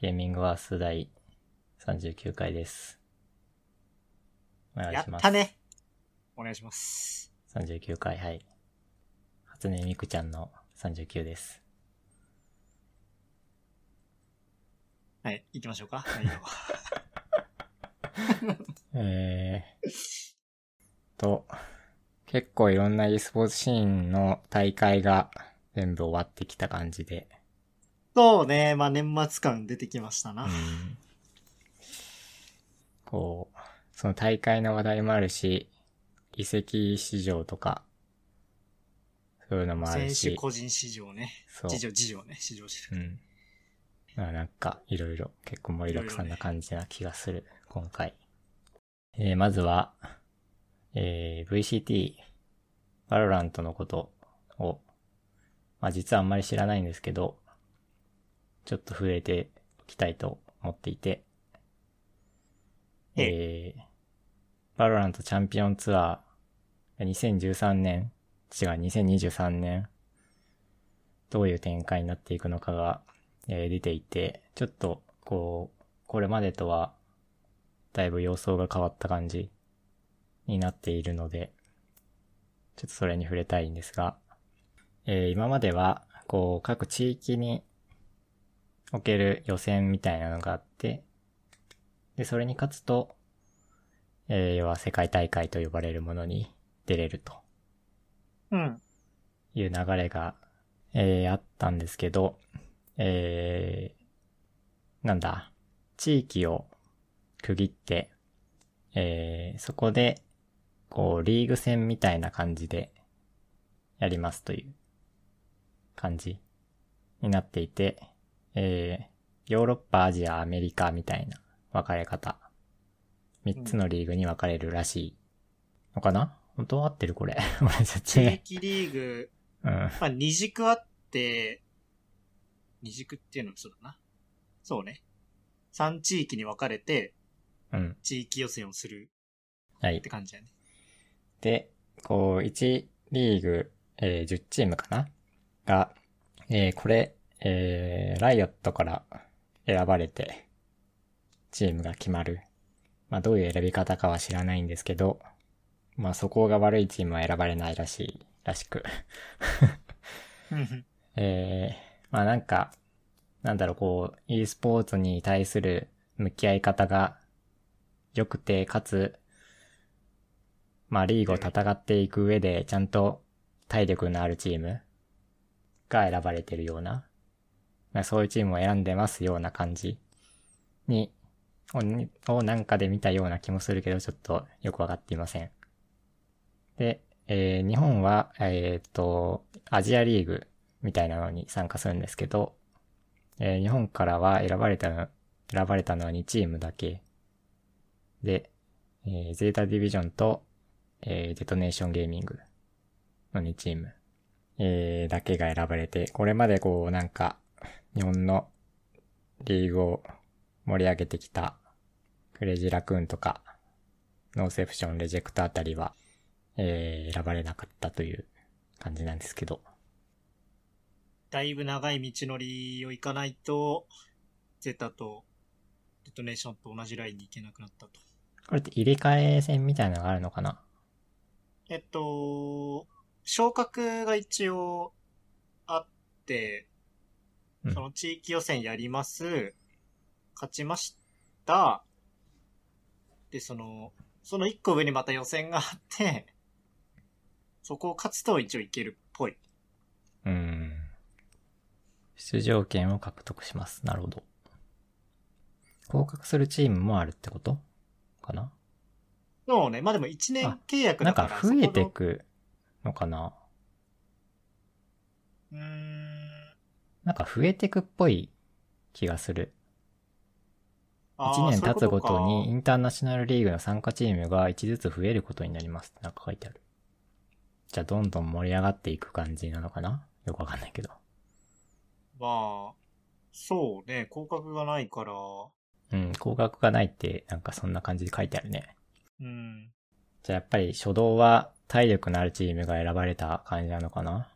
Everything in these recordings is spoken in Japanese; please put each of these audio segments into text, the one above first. ゲーミングワース第39回です。お願いやしっます。たね。お願いします。 39回、はい。初音ミクちゃんの39です。はい、行きましょうか。はい、よえー、と、結構いろんな e スポーツシーンの大会が全部終わってきた感じで、そうね、まあ年末感出てきましたな。うんこう、その大会の話題もあるし、移籍市場とか、そういうのもあ選る手し、個人市場ね。そう。市場、市場ね。市場市場。うん。まあなんか、いろいろ、結構盛りだくさんな感じな気がする、今回。えー、まずは、えー、VCT、バロラントのことを、まあ実はあんまり知らないんですけど、ちょっと触れておきたいと思っていて、ええー、バロラントチャンピオンツアー、2013年、違う、2023年、どういう展開になっていくのかが、えー出ていて、ちょっと、こう、これまでとは、だいぶ様相が変わった感じになっているので、ちょっとそれに触れたいんですが、えー今までは、こう、各地域における予選みたいなのがあって、で、それに勝つと、えー要は世界大会と呼ばれるものに出れると。うん。いう流れが、えーあったんですけど、えーなんだ、地域を区切って、えーそこで、こう、リーグ戦みたいな感じで、やりますという、感じになっていて、えーヨーロッパ、アジア、アメリカみたいな分かれ方。3つのリーグに分かれるらしいのかな本当合ってるこれ。 俺絶地対。域リーグ、うん。まあ二軸あって、二軸っていうのもそうだな。そうね。三地域に分かれて、うん。地域予選をするはいって。感じだね。で、こう、1リーグ、えー10チームかなが、えーこれ、えーライオットから選ばれて、チームが決まる。まあ、どういう選び方かは知らないんですけど、まあ、そこが悪いチームは選ばれないらしい、らしく。うんうんえーまあなんか、なんだろう、こう、e スポーツに対する向き合い方が良くて、かつ、まあリーグを戦っていく上で、ちゃんと体力のあるチームが選ばれてるような、まあそういうチームを選んでますような感じに、ををなんかで見たような気もするけど、ちょっとよくわかっていません。で、えー日本は、えーっと、アジアリーグみたいなのに参加するんですけど、えー日本からは選ばれたの、選ばれたのは2チームだけ。で、えーゼータディビジョンと、えーデトネーションゲーミングの2チーム、えーだけが選ばれて、これまでこうなんか、日本のリーグを盛り上げてきた、クレイジーラクーンとか、ノーセプション、レジェクトあたりは、えー選ばれなかったという感じなんですけど。だいぶ長い道のりを行かないと、ゼタとデトネーションと同じラインに行けなくなったと。これって入れ替え戦みたいなのがあるのかなえっと、昇格が一応あってう、んその地域予選やります。勝ちました。で、その、その一個上にまた予選があって、そこを勝つと一応いけるっぽい。うん。出場権を獲得します。なるほど。降格するチームもあるってことかなそうね。まあでも1年契約なんだからか増えてそこくのかなのうーん。なんか増えてくっぽい気がする。あー1年経つごそうというにイこンターナショナルリーグの参加チームが1ずつ増えることになりますってなんか書いてある。じゃあどんどん盛り上がっていく感じなのかなよくわかんないけど。とかまあ、そうね。降格がないから、うん、降格がないってなんかそんな感じで書いてあるね。うん。じゃあやっぱり初動は体力のあるチームが選ばれた感じなのかな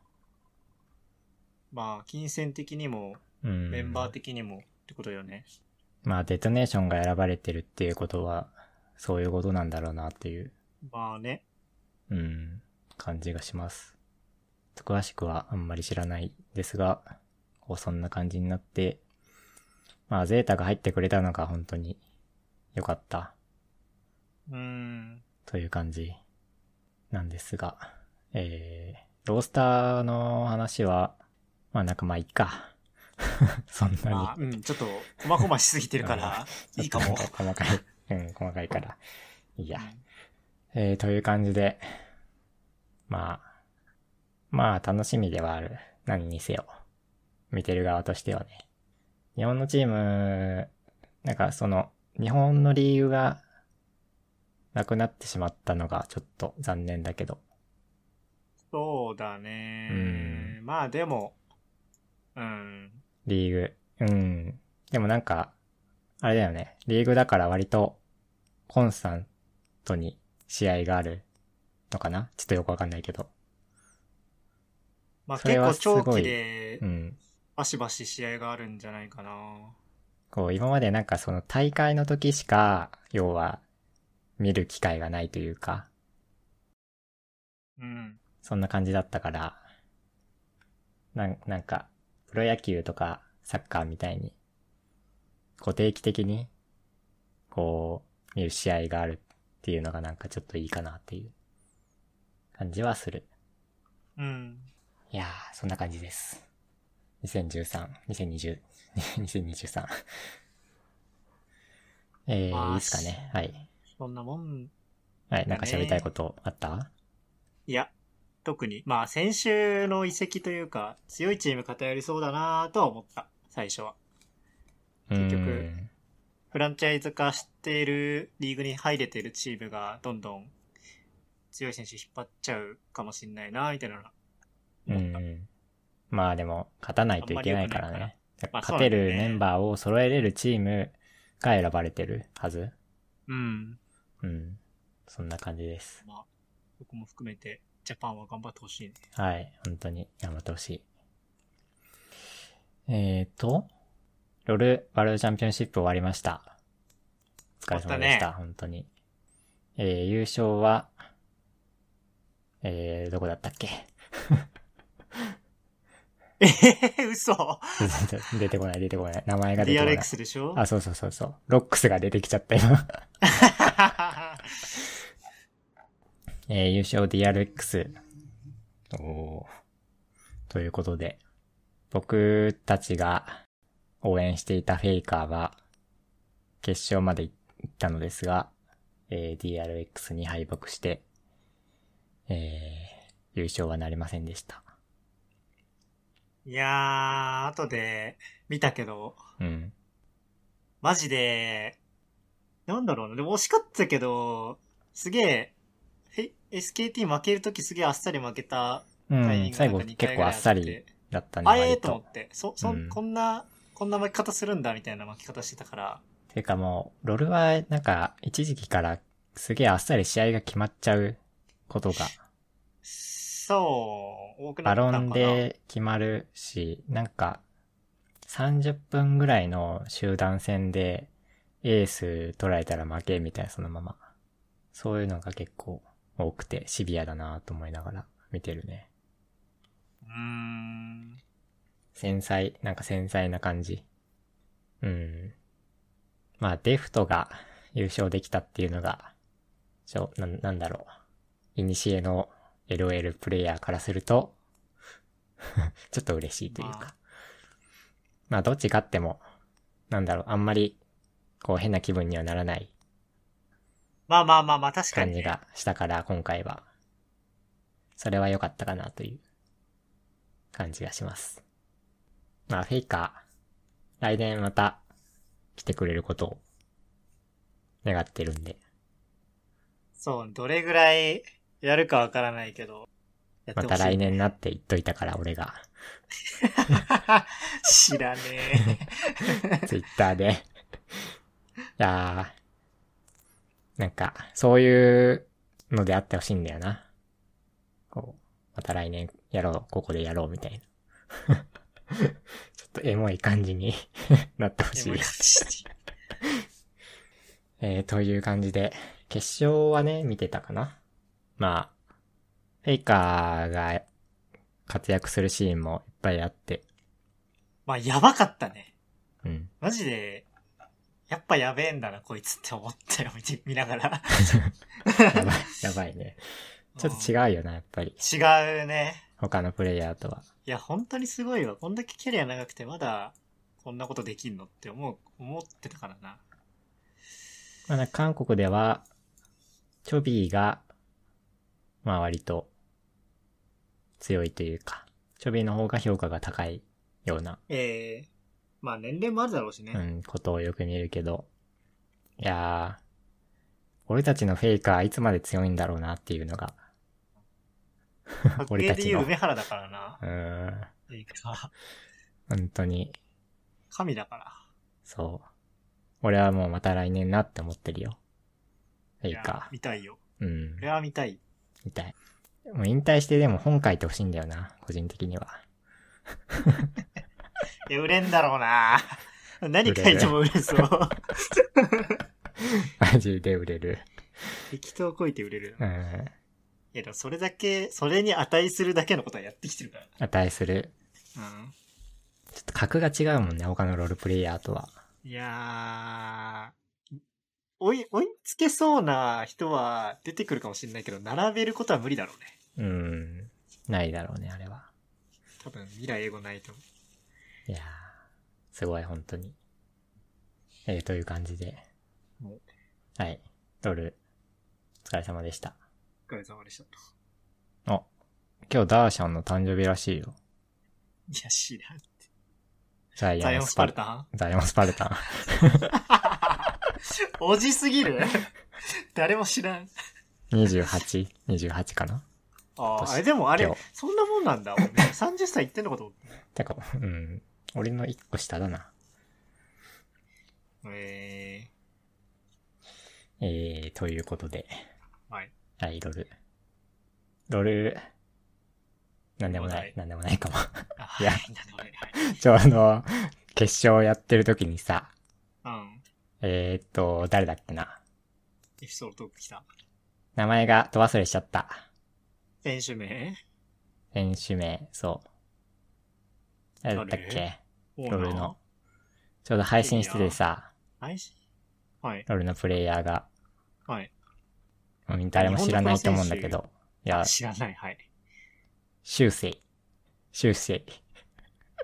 まあ、金銭的にもうん。メンバー的にもってことだよね。まあ、デトネーションが選ばれてるっていうことは、そういうことなんだろうなっていう、まあね。うん、感じがします。詳しくはあんまり知らないですが、こうそんな感じになって、まあ、ゼータが入ってくれたのが本当に良かったうーん。という感じなんですが、えー、ロースターの話は、まあなんかまあいいか。 そんなに。まあ、うん、ちょっと、細々しすぎてる から、いいかも。細かい。うん、細かいから。いいや。えー、という感じで、まあ、まあ楽しみではある。何にせよ。見てる側としてはね。日本のチーム、なんかその、日本のリーグが、なくなってしまったのがちょっと残念だけど。そうだね。まあでも、うん。リーグ。うん。でもなんか、あれだよね。リーグだから割と、コンスタントに試合があるのかなちょっとよくわかんないけど。まあそ結れは構すごい長期でう、ん。バシバシ試合があるんじゃないかな。こう、今までなんかその大会の時しか、要は、見る機会がないというか、うん。そんな感じだったから、なんなんか、プロ野球とかサッカーみたいに、こう定期的に、こう、見る試合があるっていうのがなんかちょっといいかなっていう感じはする。うん。いやー、そんな感じです。2013、2020、2023。えまあー、いいっすかね。はい。そんなもん。はい、なんか喋りたいことあったいや、特に。まあ先週の移籍というか、強いチーム偏りそうだなとは思った。最初は。結局うんフランチャイズ化しているリーグに入れてるチームがどんどん強い選手引っ張っちゃうかもしんないなみたいなのはうんう思った。ん。まあでも、勝たないといけないからあんまり良くね。まあ勝てそうるなんだメよねンバーを揃えれるチームが選ばれてるはず。うん。うん。そんな感じです。まあ、僕も含めてジャパンは頑張ってほしいね。はい。本当に頑張ってほしい。えーと、ロルワールドチャンピオンシップ終わりました。お疲れ様でし終た。わ本当に。えー、優勝は、えー、どこだったっけ えへへ、 嘘出てこない、出てこない。名前が出てこない。 ?DRX でしょあ、そうそうそうそう。ロックスが出てきちゃった今。 えー優勝 DRX。おーということで、僕たちが応援していたフェイカーは、決勝まで行ったのですが、えー DRX に敗北して、えー優勝はなりませんでした。 いやー、後で見たけど、うん。マジで、なんだろうな。でも惜しかったけど、すげえ、え SKT 負けるときすげえあっさり負けたうタイミンん、グ最が後なんか2結回構ぐらあいっさってりだったね、あえ割ーと思と。って、そ、そ、うんこんな、こんな巻き方するんだみたいな巻き方してたから、ていうかもう、ロルはなんか一時期からすげえあっさり試合が決まっちゃうことがそう、多くなバロったのかな。ンで決まるし、なんか、30分ぐらいの集団戦で、エース取られたら負けみたいな、そのまま。そういうのが結構多くて、シビアだなと思いながら見てるね。うーん。繊細、なんか繊細な感じ。うん。まあ、デフトが優勝できたっていうのが、ちょ、なん、なんだろう。イニシエの LOL プレイヤーからすると、 ちょっと嬉しいというか。まあまあ、どっち勝っても、なんだろう、あんまり、こう変な気分にはならないまあまあまあまあ、確か感に、じね。がしたから、今回は。それは良かったかなという感じがします。まあ、フェイカー、来年また来てくれることを願ってるんで、そう、どれぐらいやるかわからないけど。やっまてほしいた来。年になって言っといたから、俺が、知らね え。ツイッターで。いやー、なんか、そういうのであってほしいんだよな。 こう、また来年やろう、ここでやろうみたいな。ちょっとエモい感じに なってほしい エモい。感じにえー、という感じで、決勝はね、見てたかな。まあ、フェイカーが活躍するシーンもいっぱいあって、まあ、やばかったね。うん。マジで、やっぱやべえんだな、こいつって思ったよ、見て見ながら。やばい、やばいね。ちょっと違うよな、やっぱり。違うね。他のプレイヤーとは。いや、本当にすごいわ。こんだけキャリア長くてまだ、こんなことできんのって思う、思ってたからな。まあ、なんか韓国では、チョビーが、まあ割と強いというか、チョビーの方が評価が高いような、ええまあ、年齢もあるだろうしね。うん、ことをよく見るけど、いやー、俺たちのフェイカーいつまで強いんだろうなっていうのが、確俺定たでち言のう梅原だからな。うーん、いいか本当に、神だから。そう。俺はもうまた来年なって思ってるよ。フェいイやカ見たいよ。ー。うんこ。れは見たい。みたい。もう引退してでも本書いてほしいんだよな、個人的には。 いや、売れんだろうな。何書いても売れそう。マジで売れる。適当こいて売れる。いうん。や、でもそれだけ、それに値するだけのことはやってきてるから値する。な。ちょっと格が違うもんね、他のロールプレイヤーとは。うん。いやー、追い、追いつけそうな人は出てくるかもしれないけど、並べることは無理だろうね。うん。ないだろうね、あれは。多分、未来英語ないと思う。いやー、すごい、本当に。えー、という感じではい。はい。ロール、お疲れ様でした。お疲れ様でした。あ、今日ダーシャンの誕生日らしいよ。いや、知らん。ザイザイオオンンススパパルルタン。タンザイオンスパルタン。 おじすぎる 誰も知らん。 28、28かなあ年あ、あれでもあれ今日、そんなもんなんだ。俺ね30歳いってんのかと思って。てか、うん。俺の1個下だな。ええー、ということで。ー、はい。はい、ロル。ロル、なんでもなはいい、なんでもないかも。あいやはいなんだ 俺ちょうど、決勝やってる時にさ、はいうん。えー、っと、誰だっけな。エピソードトーク来た。名前が、と忘れしちゃった。選手名選手名、そう。誰だったっけオーナロールの。ちょうど配信しててさ、配信はい。ロルのプレイヤーが、はい。うん誰も知らないと思うんだけど、いや、知らない。はい。修正。修正。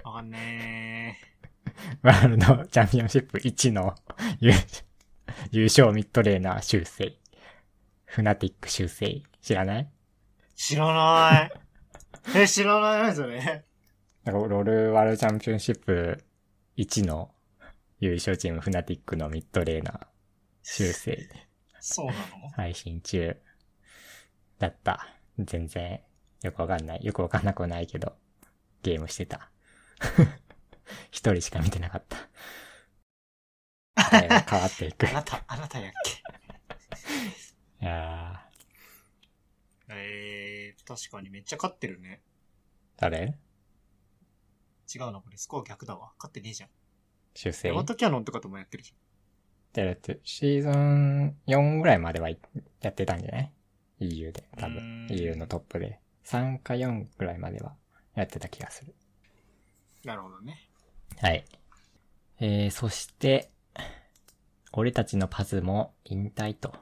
わかんねワールドチャンピオンシップ1の優優勝ミッドレーナー修正。フナティック修正。知らないー。知ら ない。え、知らないですよね。なんかロールワールドチャンピオンシップ1の優勝チームフナティックのミッドレーナー修正そうなの配信中だった。全然よくわかんない。よくわかんなくはないけど、ゲームしてた。 一人しか見てなかった。あれは変わっていく。いあなた、あなたやっけ。やえー、確かにめっちゃ勝ってるね。ー、誰違うな、これ。スコア逆だわ。勝ってねえじゃん。修正ヤマトキャノンとかともやってるじやってるシーズン4ぐらいまではいやってたんじゃない ?EU で、多う分。ーん EU のトップで。3か4ぐらいまではやってた気がする。ゃん。なるほどね。はい。えー、そして、俺たちのパズも引退と、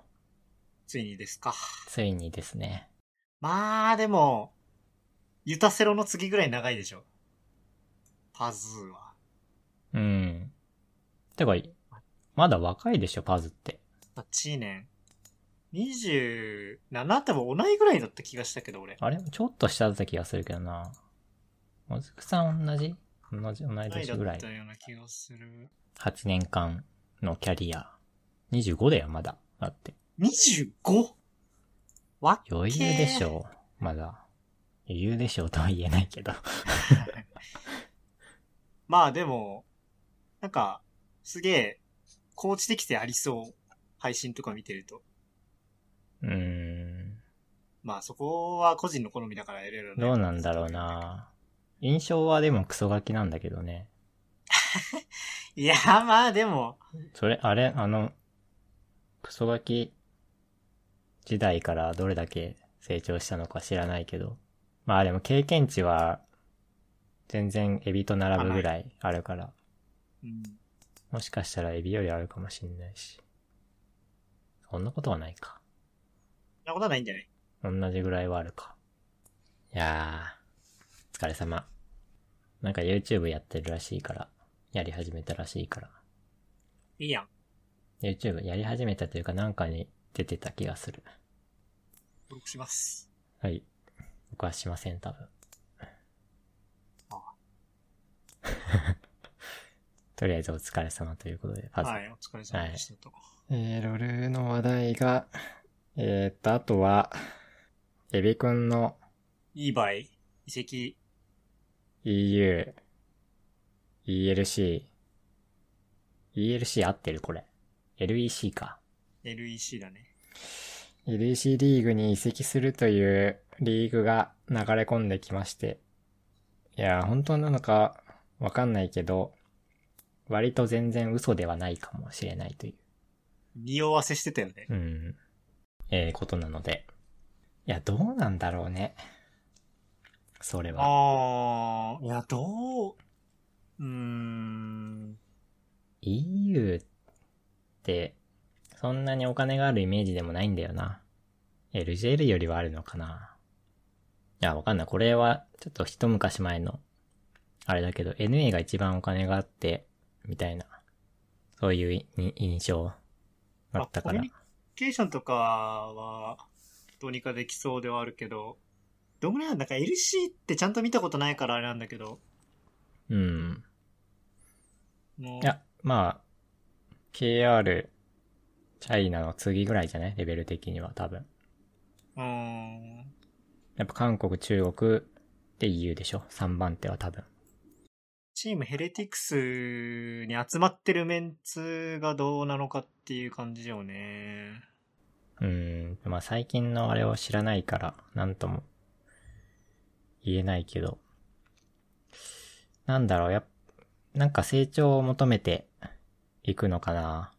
ついにですか。ついにですね。まあ、でも、ユタセロの次ぐらい長いでしょ。パズーは。うん。てか、まだ若いでしょ、パズって。 8年。27多分同いぐらいだった気がしたけど、俺。あれちょっと下だった気がするけどな。もずくさん同じ同じ、同い同い年だぐらっいた。ような気がする。 8年間のキャリア。25だよ、まだ。だって。 25? わっ余裕でしょう。まだ。余裕でしょうとは言えないけど。まあでも、なんか、すげえ、コーチできてありそう。配信とか見てると。うーん。まあそこは個人の好みだからいろいろねどうなんだろう。な印象はでもクソガキなんだけどね。いや、まあでも、それ、あれ、あの、クソガキ時代からどれだけ成長したのか知らないけど。まあでも経験値は、全然エビと並ぶぐらいあるから、うん、もしかしたらエビよりあるかもしんないし。そんなことはないか。そんなことはないんじゃない同じぐらいはあるか。いやー、お疲れ様。なんか YouTube やってるらしいから、やり始めたらしいから。いいやん。 YouTube やり始めたというかなんかに出てた気がする。登録します。はい。僕はしません、多分。 とりあえずお疲れ様ということで、パズル。はい、お疲れ様でしたと。えー、ロルの話題が、えー、っと、あとは、エビくんのい、いバイ、移籍、 EU、ELC、ELC 合ってるこれ。LEC か。 LEC だね。 LEC リーグに移籍するというリーグが流れ込んできまして。いやー、本当なのかわかんないけど、割と全然嘘ではないかもしれないという。匂わせしてたよね。うん。えー、ことなので。いや、どうなんだろうね。それは。あー、いや、どう、うーん、 EU って、そんなにお金があるイメージでもないんだよな。LJL よりはあるのかな。いや、わかんない。これは、ちょっと一昔前の、あれだけど、NA が一番お金があって、みたいな、そういういに印象だったかあコミュらニ。ケーションとかは、どうにかできそうではあるけど、どんぐらいなんだか LC ってちゃんと見たことないからあれなんだけど、うん。もういや、まあ、KR、チャイナの次ぐらいじゃないレベル的には多分。うーん、やっぱ韓国、中国で EU でしょ ?3 番手は多分。チームヘレティクスに集まってるメンツがどうなのかっていう感じよね。うーん、まあ最近のあれを知らないから、なんとも言えないけど。なんだろう、やっなんか成長を求めていくのかな。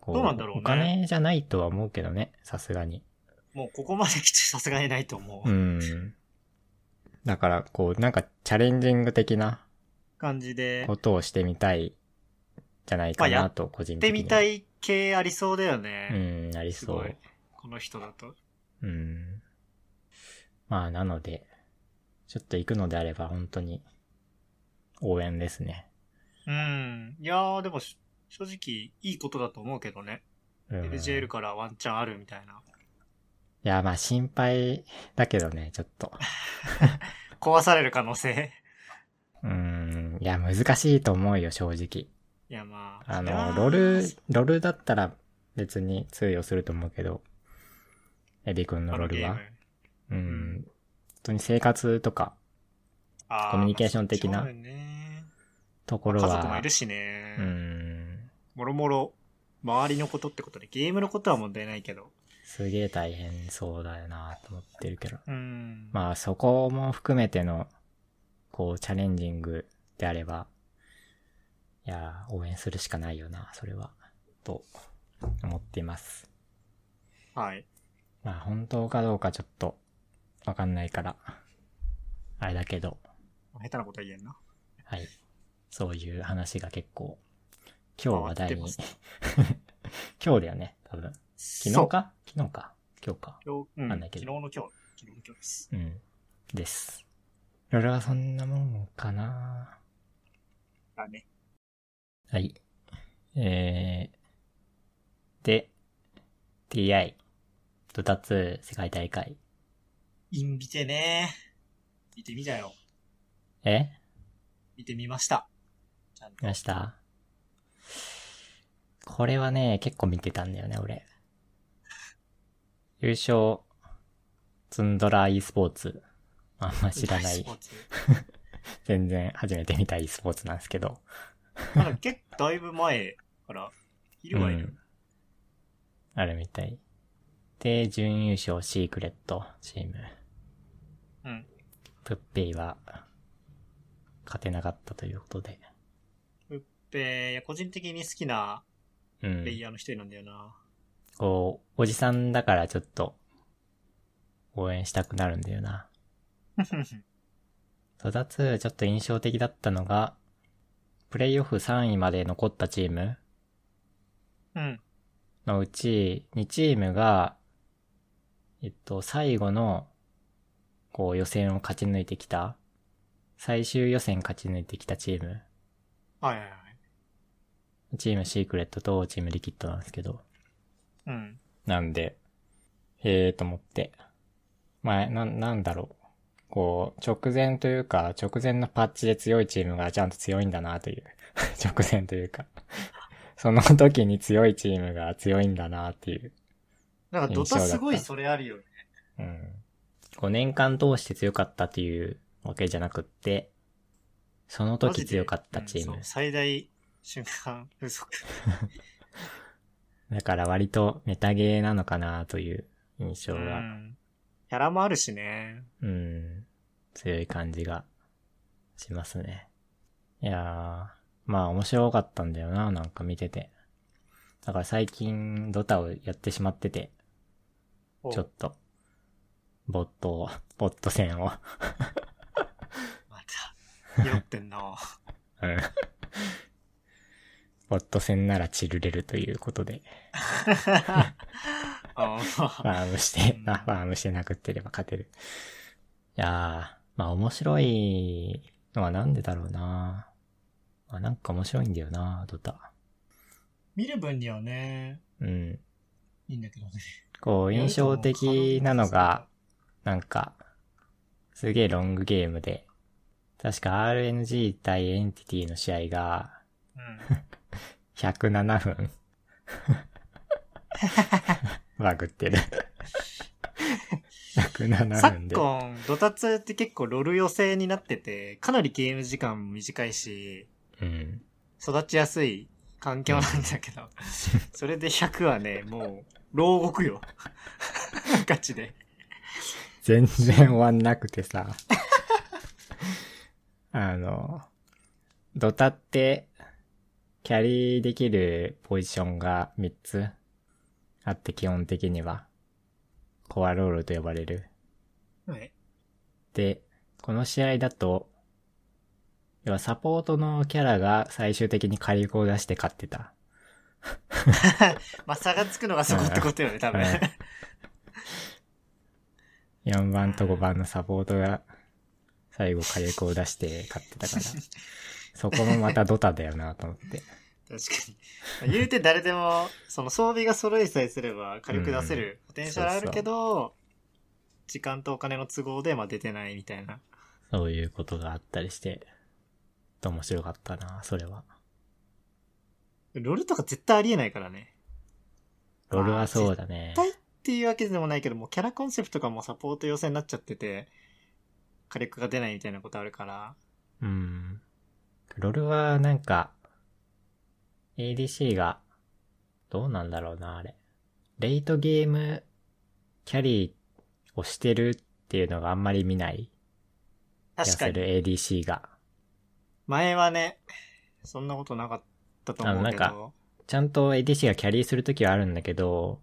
こどうなんだろうねお金じゃないとは思うけどね、さすがに。もうここまで来てさすがにないと思うう。ん。だから、こう、なんかチャレンジング的な感じで、やことをしてみたいじゃないかまあやなっと、個人っ的てに。みたい。い系ありそうだよね。うん、なりすそごうい。。この人だと。うん。まあ、なので、ちょっと行くのであれば、本当に、応援ですね。うん。いやー、でもし正直いいことだと思うけどね。うん、 LJL いからワンチャンあるみたいな。や、まあ、心配だけどね、ちょっと。壊される可能性。 うん。いや、難しいと思うよ、正直。いや、まあ。あそれはの、ロル、ロルだったら、別に通用すると思うけど、エビ君のあロのゲルーはうム。ん。本当に生活とか、あコミュニケーション的なまあそうだよねところ家は、族もいるしね。うん。もろもろ、周りのことってことで、ゲームのことは問題ないけど。すげえ大変そうだよなと思ってるけど。うん。まあそこも含めての、こう、チャレンジングであれば、いやー、応援するしかないよな、それは、と思っています。はい。まあ本当かどうかちょっと、わかんないから、あれだけど、下手なことは言えんな。はい。そういう話が結構、今日話題回ってまにす、 今日だよね、多分。昨日か昨日か今日か。そう今日、うん、わかんない昨け日どの今日。昨日の今日です。うん。です。ロレはそんなもんかなだね。はい。えー、で、TI、ドタツー世界大会。インビテね。見てみたよ。え見てみました。ちゃんと。見ましたこれはね、結構見てたんだよね、俺。優勝、ツンドラ e スポーツ。あんま知らなスいポ。ーツ全然初めて見た e スポーツなんですけど。まだ結構だいぶ前から、いるはいる。うんあれみたい。で、準優勝シークレットチーム。うん。プッペイは、勝てなかったということで。ぺ個人的に好きなうレイん。ヤーの一人なんだよな。こう、おじさんだからちょっと、応援したくなるんだよな。戸田2ちょっと印象的だったのが、プレイオフ3位まで残ったチームうん。のうち、2チームが、えっと、最後の、こう予選を勝ち抜いてきた、最終予選勝ち抜いてきたチーム、はいはいはい。チームシークレットとチームリキッドなんですけど、うん。なんで、へえーと思って。まあ、な、なんだろう。こう、直前というか、直前のパッチで強いチームがちゃんと強いんだなという。 直前というか。 その時に強いチームが強いんだなっていう。なんかドタすごい印象だったそれあるよね。うん。こう年間通して強かったというわけじゃなくって、そのマジ時で強かったチーム。うんそう最大瞬間風速。だから割とメタゲーなのかなという印象うがん。キャラもあるしね。うん、強い感じがしますね。いやー、まあ面白かったんだよな、なんか見てて。だから最近ドタをやってしまってて、おちょっと、ボットを、 ボット戦を。また、酔ってんな。うん。 ボット戦ならチルれるということで、あフーァームしてう、んあ、ファームしてなくってれば勝てる。いやー、まあ面白いのはなんでだろうな。まあなんか面白いんだよな、ドタ。見る分にはね、うん。いいんだけどね。こう、印象的なのが、なんか、すげえロングゲームで、確か RNG 対エンティティの試合が、うん。 107分。バグってる。107分昨で。今、ドタツって結構ロル寄せになってて、かなりゲーム時間も短いし、うん。育ちやすい環境なんだけど、それで100はね、もう、牢獄 よ。ガチで。全然終わんなくてさ。あの、ドタって、キャリーできるポジションが3つあって基本的には、コアロールと呼ばれる。はい。で、この試合だと、要はサポートのキャラが最終的に火力を出して勝ってた。まあ、差がつくのがそこってことよね、多分。 4番と5番のサポートが最後火力を出して勝ってたから、そこもまたドタだよなと思って。確かに。言うて誰でも、その装備が揃いさえすれば火力出せるポテンシャルあるけど、時間とお金の都合でまあ出てないみたいな。そういうことがあったりして、ちょっと面白かったな、それは。ロルとか絶対ありえないからね。ロールはそうだね。絶対っていうわけでもないけど、もうキャラコンセプトがもうサポート要請になっちゃってて、火力が出ないみたいなことあるから。うん。ロールはなんか、ADC が、どうなんだろうな、あれ。レイトゲーム、キャリーをしてるっていうのがあんまり見ない。確か痩せに。る ADC が。前はね、そんなことなかったと思うけあなど。ちゃんと ADC がキャリーするときはあるんだけど、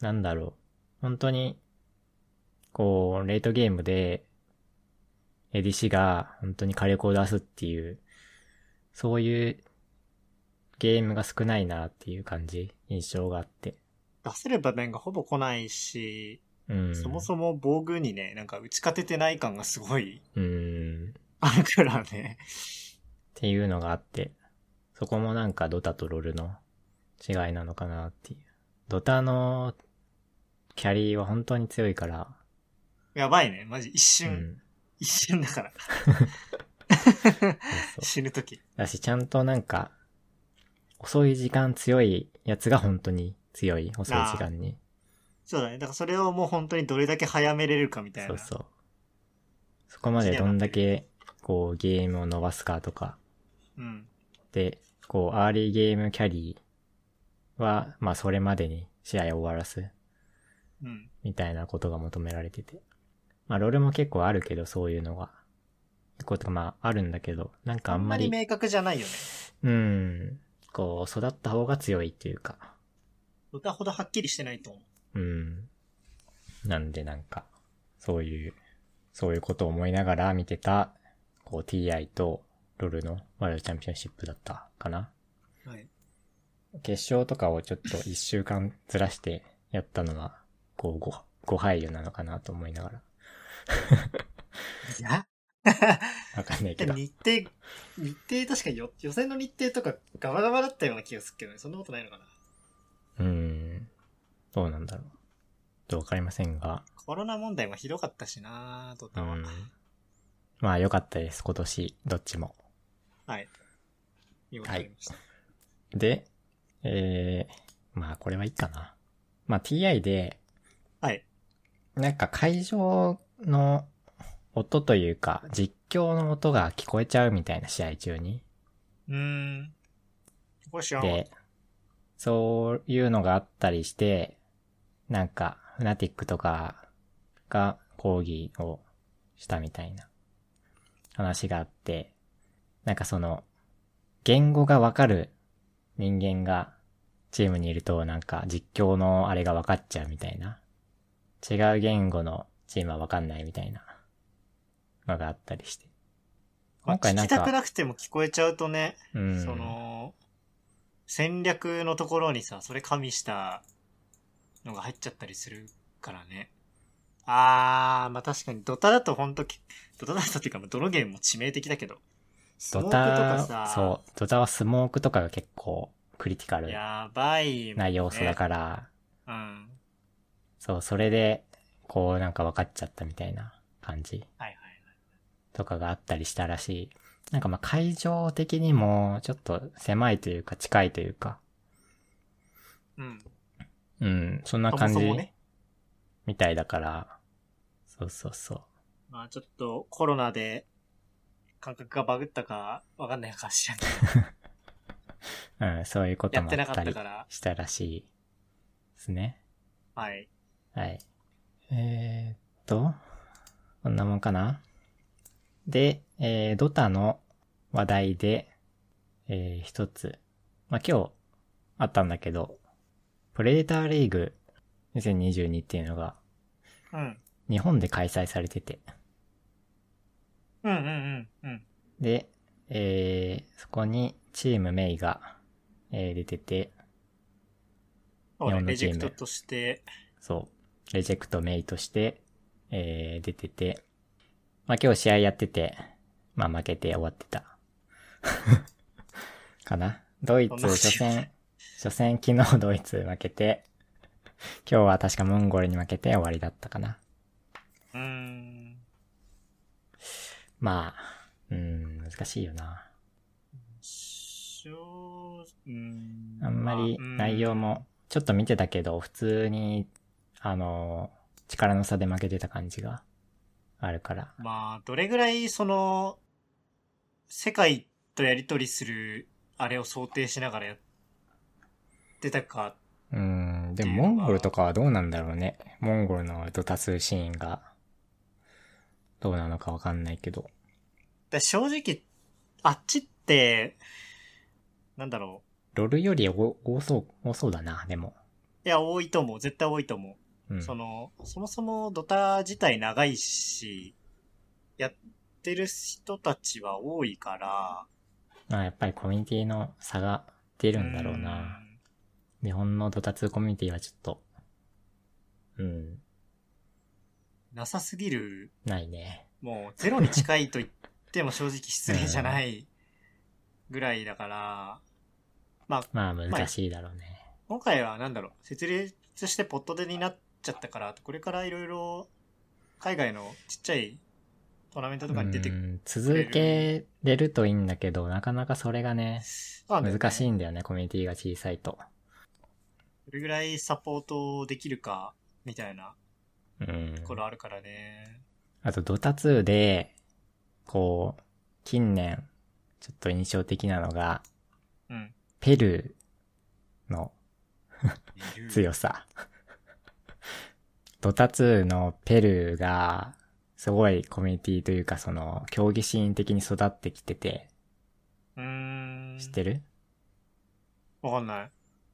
なんだろう。本当に、こう、レートゲームで、ADC が本当に火力を出すっていう、そういうゲームが少ないなっていう感じ、印象があって。出せる場面がほぼ来ないし、うん。そもそも防具にね、なんか打ち勝ててない感がすごいうん。っあるからね。 ていうのがあって、そこもなんかドタとロルの違いなのかなっていう。ドタのキャリーは本当に強いから、やばいね。マジ一瞬、うん一瞬だから。そうそう死ぬとき。だし、ちゃんとなんか、遅い時間強いやつが本当に強い、遅い時間に。そうだね。だからそれをもう本当にどれだけ早めれるかみたいな。そうそう。そこまでどんだけ、こう、ゲームを伸ばすかとか。うん。で、こう、アーリーゲームキャリーは、まあ、それまでに試合を終わらす、うん。みたいなことが求められてて。まあ、ロールも結構あるけど、そういうのが。結構とか、まあ、あるんだけど、なんかあんまり、明確じゃないよね。うん。こう、育った方が強いっていうか。歌ほどはっきりしてないと思う。うん。なんでなんか、そういう、そういうことを思いながら見てた、こう TI とロルのワイルドチャンピオンシップだったかな。はい。決勝とかをちょっ と一週間ずらしてやったのは、こうご、ご配慮なのかなと思いながら。いや、わかんないけ日ど程。、日程確かよ予選の日程とかガバガバだったような気がするけどね。そんなことないのかな。うん。どうなんだろう。どうわかりませんが。コロナ問題もひどかったしなとうたは。ん。まあ良かったです。今年、どっちも。はい。見事ありました。で、えー、まあこれはいいかな。まあ TI で、はい。なんか会場の音というか、実況の音が聞こえちゃうみたいな試合中に。うーん。これ知らんわ。で、そういうのがあったりして、なんか、フナティックとかが抗議をしたみたいな話があって、なんかその、言語がわかる人間がチームにいるとなんか実況のあれがわかっちゃうみたいな。違う言語のチームはわかんないみたいなのがあったりして。まあ今回な聞んきたくか、なくても聞こえちゃうとね、うんその、戦略のところにさ、それ加味したのが入っちゃったりするからね。あー、まあ確かにドタだとほんとき、ドタだとっていうか、まあどのゲームも致命的だけど。スモードクとかタ、さ、そう、ドタはスモークとかが結構クリティカルやばいもんね、な要素だから、うん。そう、それで、こうなんか分かっちゃったみたいな感じはいはい。とかがあったりしたらしい。なんかまあ会場的にもちょっと狭いというか近いというか、うん。うん、そんな感そじもそもねみたいだから、そうそうそう。まあちょっとコロナで感覚がバグったかわかんないかもしれない。うん、そういうことやもっあてなっかたったりから。したらしいですね。はい。はい。えー、っと、こんなもんかな。で、えー、ドタの話題で、えー、一つ。まあ、今日あったんだけど、プレデターリーグ2022っていうのがうん。日本で開催されてて。うんうんうんうん。で、えー、そこにチームメイが、えー、出てて、そう日ね、本のレチジーェムクトとして、そう、レジェクトメイとして、えー、出てて、まあ今日試合やってて、まあ負けて終わってた。 かな。ドイツ、そんなこと初言う戦、初戦昨日 ドイツ負けて、今日は確かモンゴルに負けて終わりだったかな。うーん、まあ、うーん、難しいよな。しょう、うーんあんまり内容、も、ちょっと見てたけど、普通に、あの、力の差で負けてた感じがあるから。まあうんまあ、どれぐらい、その、世界とやりとりする、あれを想定しながらやってたか、うーん、でっもていうのモがンゴルとかはどうなんだろうね。モンゴルのドタ数シーンが、どうなのかわかんないけど。だ正直、あっちって、なんだろロルより多多そう、多そうだな、でも。う。いや、多いと思う。絶対多いと思う。うん。その、そもそもドタ自体長いし、やってる人たちは多いから、まあやっぱりコミュニティの差が出るんだろうな。日本のドタ2コミュニティはちょっと、うん、うん。なさすぎる、ないね。もうゼロに近いと言っても正直失礼じゃないぐらいだから、まあ難しいだろうね。今回はなんだろう、設立してポットでになっちゃったから、これからいろいろ海外のちっちゃいトーナメントとかに出てうくる。ん続けれるといいんだけど、なかなかそれがね、そうなんだよね難しいんだよね、コミュニティが小さいと。どれぐらいサポートできるか、みたいなうん。ところあるからね。あと、ドタ2で、こう、近年、ちょっと印象的なのが、うん。ペルーのいる強さ。 ドタ2のペルーが、すごいコミュニティというか、その、競技シーン的に育ってきてて、うーん。知ってるわかんない。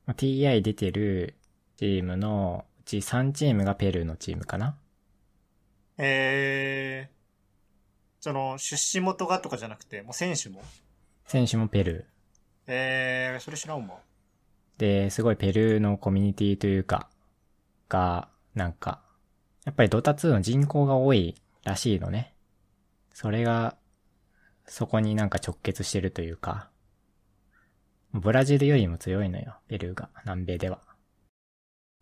まあ ?TI 出てるチームのうち3チームがペルーのチームかなえー、その、出資元がとかじゃなくて、もう選手も。選手もペルえー、それ知らんわ。ー。で、すごいペルーのコミュニティというか、が、なんか、やっぱりドタ2の人口が多いらしいのね。それが、そこになんか直結してるというか、ブラジルよりも強いのよ、ペルーが、南米では。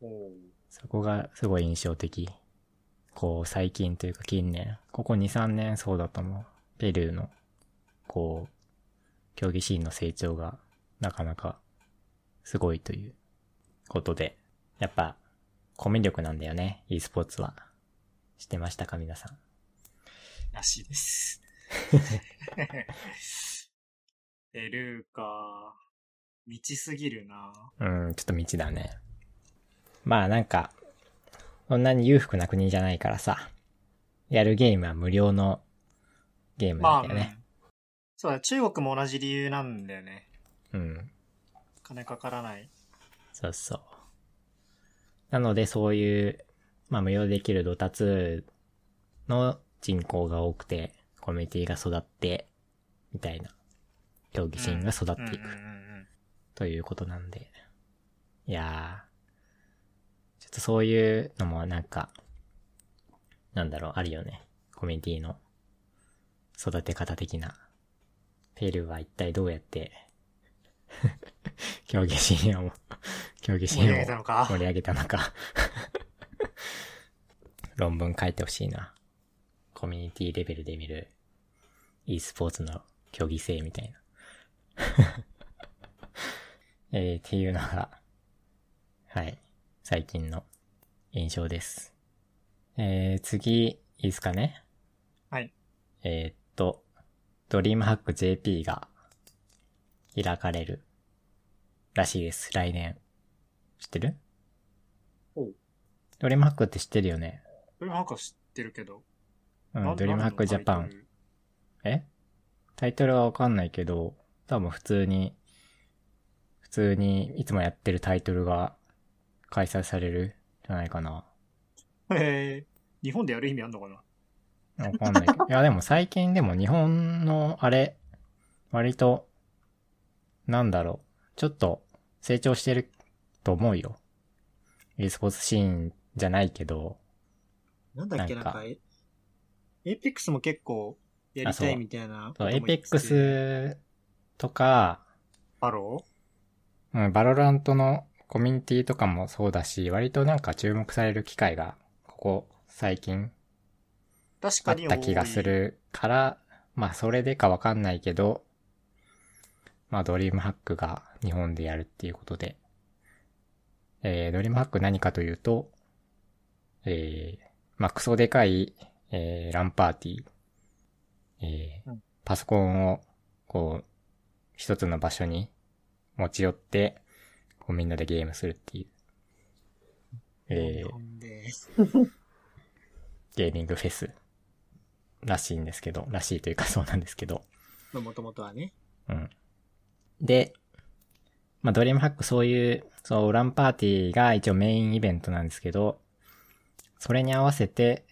おそこがすごい印象的。こう、最近というか近年、ここ2、3年そうだと思う。ペルーの、こう、競技シーンの成長がなかなかすごいということで、やっぱ、コミュ力なんだよね、e スポーツは。知ってましたか、皆さん。らしいです。 え、ルーか。道すぎるな。うん、ちょっと道だね。まあなんか、そんなに裕福な国じゃないからさ、やるゲームは無料のゲームまなあ、んうだよね。ん、そうだ、中国も同じ理由なんだよね。うん。金かからない。そうそう。なので、そういう、まあ、無料でできるドタツの人口が多くて、コミュニティが育って、みたいな、競技シーンが育うっんうんてういく、んということなんで。いやー、ちょっとそういうのもなんか、なんだろう、あるよね。コミュニティの育て方的な。ペルーは一体どうやって、 競技シーンを、競技シ盛りー上げンたをのか盛。り上げたのか。論文書いてほしいな。コミュニティレベルで見る e スポーツの競技性みたいな。 えー、っていうのが、はい、最近の印象です。えー、次、いいですかねはい。えーっと、ドリームハック JP が開かれるらしいです。来年。知ってるおうドリームハックって知ってるよねドリームハックは知ってるけど。うなんん、ドリームハックジャパ。なんンで。えタイトルはわかんないけど、多分普通に、普通にいつもやってるタイトルが開催されるんじゃないかな。タイトルえー、日本でやる意味あんのかなわかん ないけど。いや、でも最近でも日本のあれ、割と、なんだろう、ちょっと成長してると思うよ。e スポーツシーンじゃないけど、なんだっけななんんかか、えエイペックスも結構やりたあそいうみたいなこそとうもエ言イペっッてて。クスとか、バロうん、バロラントのコミュニティとかもそうだし、割となんか注目される機会が、ここ最近ー確あかっにた気がす。るから、まあそれでかわかんないけど、まあドリームハックが日本でやるっていうことで、えー、ドリームハック何かというと、えー、まあクソでかい、えー、ランパーティー、えーうんパソコンを、こう、一つの場所に持ち寄って、こうみんなでゲームするっていう、え日ー、本でゲーミングフェスらしいんですけど、らしいというかそうなんですけど。もともとはね。うん。で、まあ、ドリームハックそういう、そう、ランパーティーが一応メインイベントなんですけど、それに合わせて、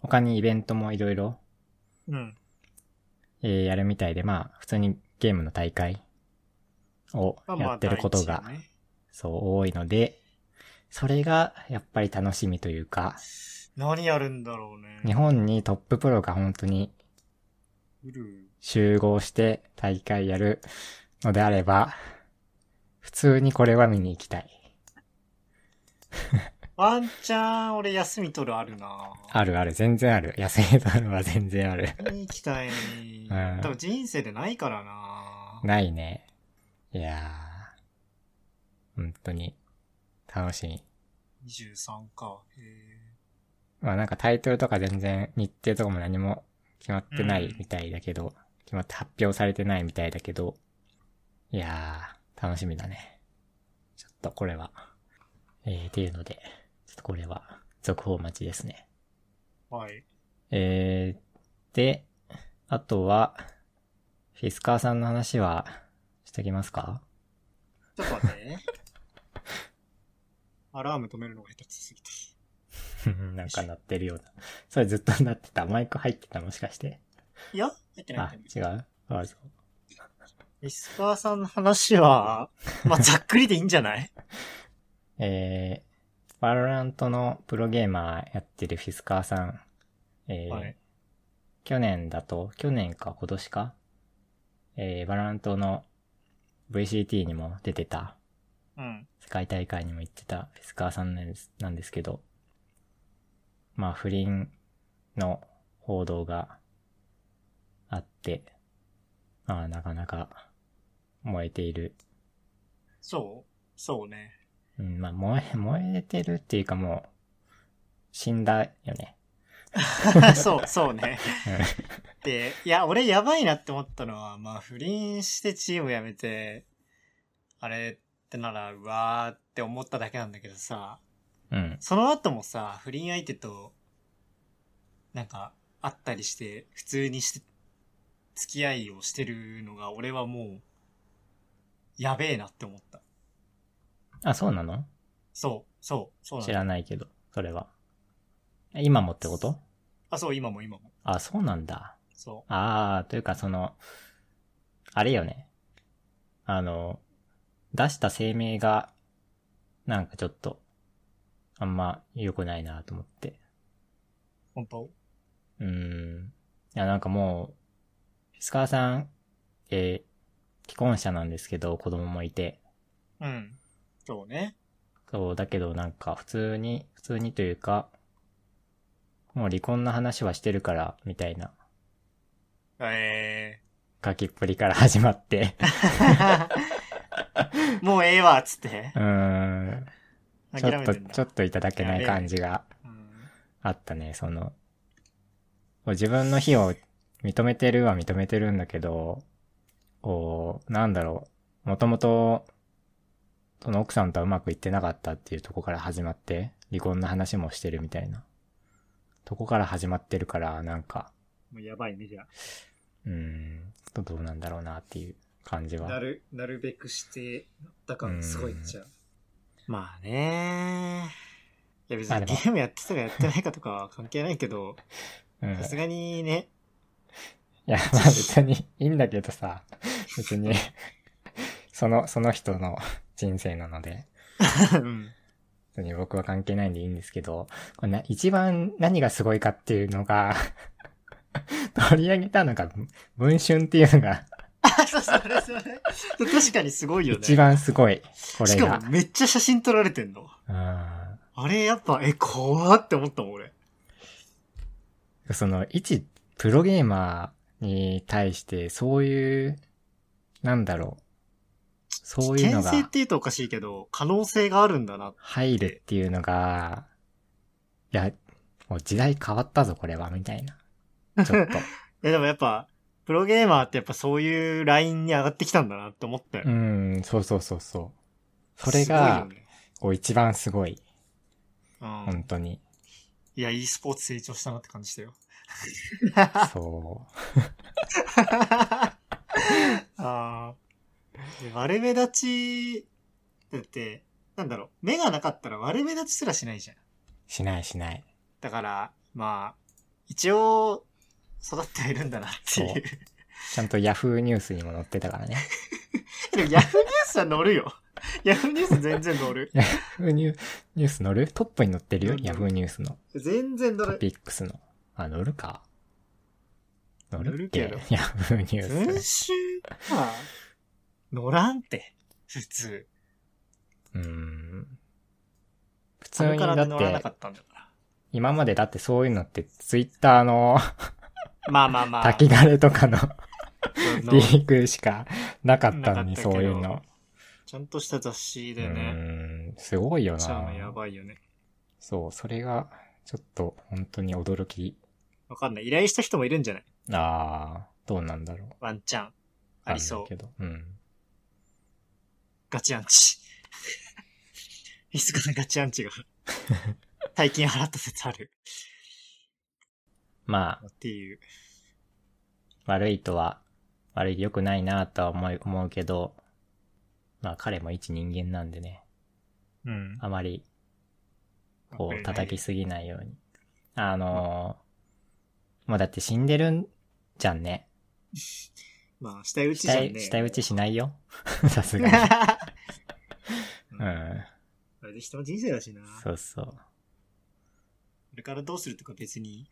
他にイベントもいろいろ、うん。えーやるみたいで、まあ、普通にゲームの大会をまあまあやってることが、第一ねそう、多いので、それが、やっぱり楽しみというか、何やるんだろうね。日本にトッププロが本当にうる集合して大会やるのであれば、普通にこれは見に行きたい。ワンチャン、俺休み取るあるなあるある、全然ある。休みとあるは全然ある。見に行きたい。うん多分人生でないからなないね。いやー。本当に、楽しみ。 23か。へまあなんかタイトルとか全然日程とかも何も決まってなういんみたいだけど、決まって発表されてないみたいだけど、いやー、楽しみだね。ちょっとこれは。えー、っていうので、ちょっとこれは、続報待ちですね。ーはい。えー、で、あとは、フィスカーさんの話は、ちょっしてきますかちょっと待ってね。アラーム止めるのが下手くそすぎて。うん なんか鳴ってるような。それずっと鳴ってた。マイク入ってたもしかして。いや入ってないあ入って、違ないうあ、そう。ミスパーさんの話は、まあ、ざっくりでいいんじゃないえー、バロラントのプロゲーマーやってるフィスカーさん。えーはい去年だと、去年か今年かえー、バロラントの VCT にも出てた、うん。世界大会にも行ってたフィスカーさんなんですなんですけど、まあ不倫の報道があって、まあなかなか燃えているそうそうね。 うん、まあ、燃え、燃えてるっていうかもう、死んだよね。そう、そうね。で、いや、俺やばいなって思ったのは、まあ、不倫してチーム辞めて、あれってなら、うわーって思っただけなんだけどさ、うん。その後もさ、不倫相手と、なんか、会ったりして、普通にして、付き合いをしてるのが、俺はもう、やべえなって思った。あ、そうなのそう、そう、そうなん知だ。らないけど、それは。え今もってことあ、そう、今も今も。あ、そうなんだ。そああ、というかその、あれよね。あの、出した声明が、なんかちょっと、あんま良くないなと思って。う、本当うーん。いや、なんかもう、スカーさん、えー既婚者なんですけど、子供もいて。うん。そうね。そう、だけどなんか普通に、普通にというか、もう離婚の話はしてるから、みたいな、えー。書きっぷりから始まって、 もうええわ、つってう。ーん、ち諦ょっめと、てんだ。ちょっといただけない感じがうんあったね、その、こう自分の非を認めてるは認めてるんだけど、こう、なんだろう、もともと、その奥さんとはうまくいってなかったっていうとこから始まって、離婚の話もしてるみたいな、とこから始まってるから、なんか、もうやばいね、じゃあ。うーん、ちょっとどうなんだろうなっていう感じなは。る、なるべくして、だかうらんすごいじゃあ。まあねいや別まあにでゲもームやってたかやってないかとかは関係ないけど、うん。いさすがにね、や、まあ別にいいんだけどさ、別に、その、その人の人生なので、うん別に僕は関係ないんでいいんですけど、これな一番何がすごいかっていうのが、取り上げたのが、文春っていうのがあ そうそれそれ。確かにすごいよね。一番すごい。これしかが。もめっちゃ写真撮られてんの。うあれやっぱ、え、怖って思ったもん、俺。んその、一プロゲーマーに対して、そういう、なんだろう。そういう転のが生って言うとおかしいけど、可能性があるんだな。入るっていうのが、いや、もう時代変わったぞ、これは、みたいな。ちょっ と。え、でもやっぱ、プロゲーマーってやっぱそういうラインに上がってきたんだなって思ったよ。うん、そうそうそうそう。それがすご、いよねこう一番すごい。うん本当に。いや、e スポーツ成長したなって感じしたよ。そう。 ああ。で悪目立ち、だって、なんだろう、目がなかったら悪目立ちすらしないじゃん。しないしない。だから、まあ、一応、育ってはいるんだなっていうそ。ちゃんとヤフーニュースにも載ってたからね。でも、ヤフーニュースは乗るよ。ヤフーニュース全然乗る。ヤフーニューニュース載るトップに載ってるよ。載るヤフーニュースの。全然乗トる。ピックスの。あ、載るか。載載るるっけけどヤフーニュー文ス。集は、乗らんって、普通。うーん。普そ通れにかだら乗らなっかて、ったんだから。今までだってそういうのって、ツイッターのまあまあまあ。滝枯れとかのそリのークしかなかったのに、なかったけどそういうの。ちゃんとした雑誌うでね。ーん、すごいよちゃうのやな。ばいよね。そう、それが、ちょっと、本当に驚きわかんない。依頼した人もいるんじゃないああ、どうなんだろう。ワンチャン。ありそうわかんないけど。うん。ガチアンチ。 いつかのガチアン チが。大金払った説ある。まあ、っていう。悪いとは、悪い良くないなとは思い、思うけど、まあ彼も一人間なんでね、うん。あまりこう叩きき。すぎないように。あのー、もうだって死んでるんじゃんね。まあ、下打ち死じゃん体、ね。死体打ち しないよ。 さすがに。 あうん。れで人の人生だしな。こそうそう。れからどうするとか別に、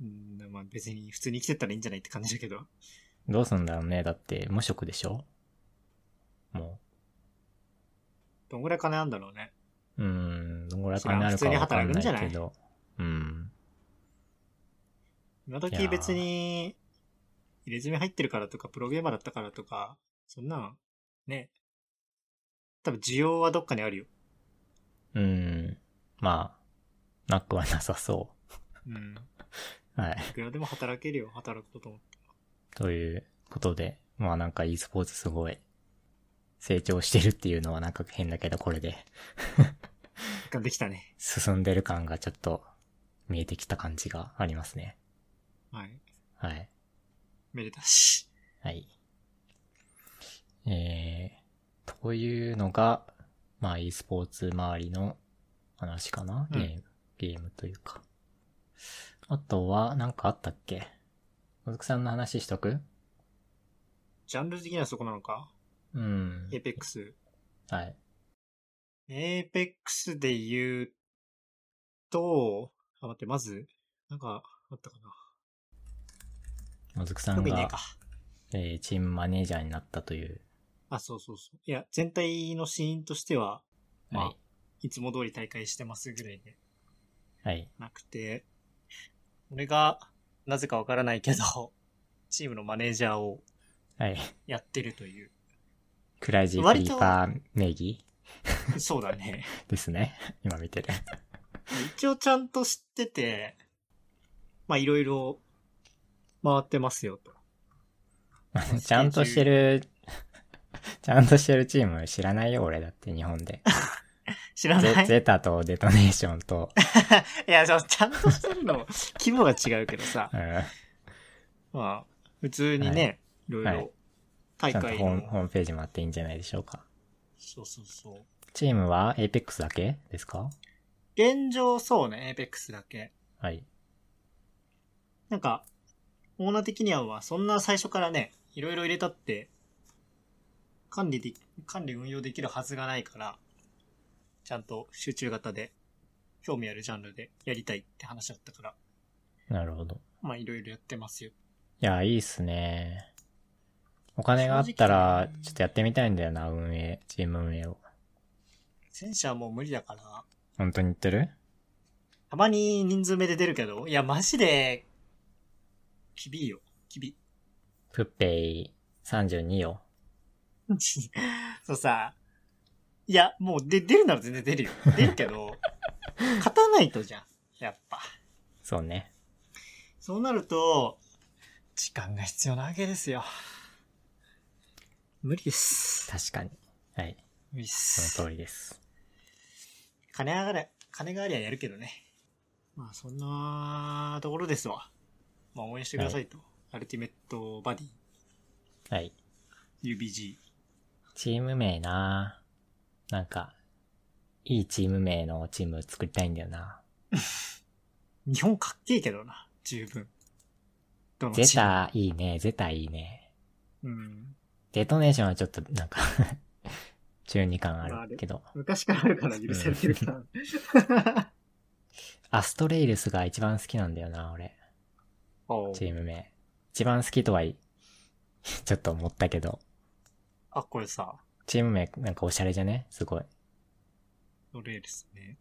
うん、まあ別に普通に生きてったらいいんじゃないって感じだけど。どうすんだろうね。だって無職でしょもどんぐらい金あんだろうね。う。うん。どんぐらいかになるかわかんないけど。うん。今い時やー別に、入れ墨入ってるからとか、プロゲーマーだったからとか、そんなん、ね。多分需要はどっかにあるよ。うん。まあ、なくはなさそうん。う。はい。いくらでも働けるよ、働くことも。ということで、まあなんか e スポーツすごい成長してるっていうのはなんか変だけど、これで一貫できたね。進んでる感がちょっと見えてきた感じがありますね。はい。はい。めでたし。はい。えー、というのが、まあ e スポーツ周りの話かなうゲんーム、ゲームというか。あとは、なんかあったっけ小月さんの話しとくジャンル的にはそこなのかうんエ。ーペックス。はい。エーペックスで言うと、あ、待って、まず、なんか、あったか小月さな。ん特にねえがか。。えーチームマネージャーになったという。あ、そうそうそう。いや、全体のシーンとしては、まあはい。いつも通り大会してますぐらいではい。なくて、俺が、なぜかわからないけど、 チームのマネージャーをはい。やってるという。クライジークリーパー名義そうだね。ですね。 今見てる。一応ちゃんと知ってて、まあいろいろ回ってますよと。 ちゃんとしてる、 ちゃんとしてるチーム知らないよ、俺だって日本で。知らなゼいゼタとデトネーションと、いや、そうちゃんとしてるの、 規模が違うけどさう。 んまあ、普通にね、い、ろいはいろ大ちゃんと会ホームの、ホームページもあっていいんじゃないでしょうか。そうそうそう。チームは APEX だけですか現状そうね、エーペックスだけ。はい。なんか、オーナー的にはまあそんな最初からね、いろいろ入れたって、管理で、管理運用できるはずがないから、ちゃんと集中型で、興味あるジャンルでやりたいって話だったから、なるほど。まあいろいろやってますよ。いや、いいっすね。お金があったら、ちょっとやってみたいんだよな、運営、チーム運営を。戦車はもう無理だから、本当に言ってるたまに人数目で出るけど、いや、マジで、きびいよ。きび。 プッペイ32よ。そうさ、いや、もうで出るなら全然出るよ。出るけど、勝たないとじゃん。やっぱ。そうね。そうなると、時間が必要なわけですよ。無理です。確かに。はい。無理でそすの。通りです。金上がれ、金がありゃやるけどね。まあ、そんなところですわ。まあ、応援してくださいと。アルティメットバディ、はい。 UBG。チーム名ななんか、いいチーム名のチーム作りたいんだよな。日本かっけえけどな、十分。どのゼチームタいいね、ゼタいいね。うん。デトネーションはちょっとなんか、 中二感あるけど。昔からあるから許されてるから。アストレイルスが一番好きなんだよな、俺。 おうチーム名。一番好きとはい ちょっと思ったけど。あ、これさ、チーム名なんかおしゃれじゃねすごい。ノレールスね。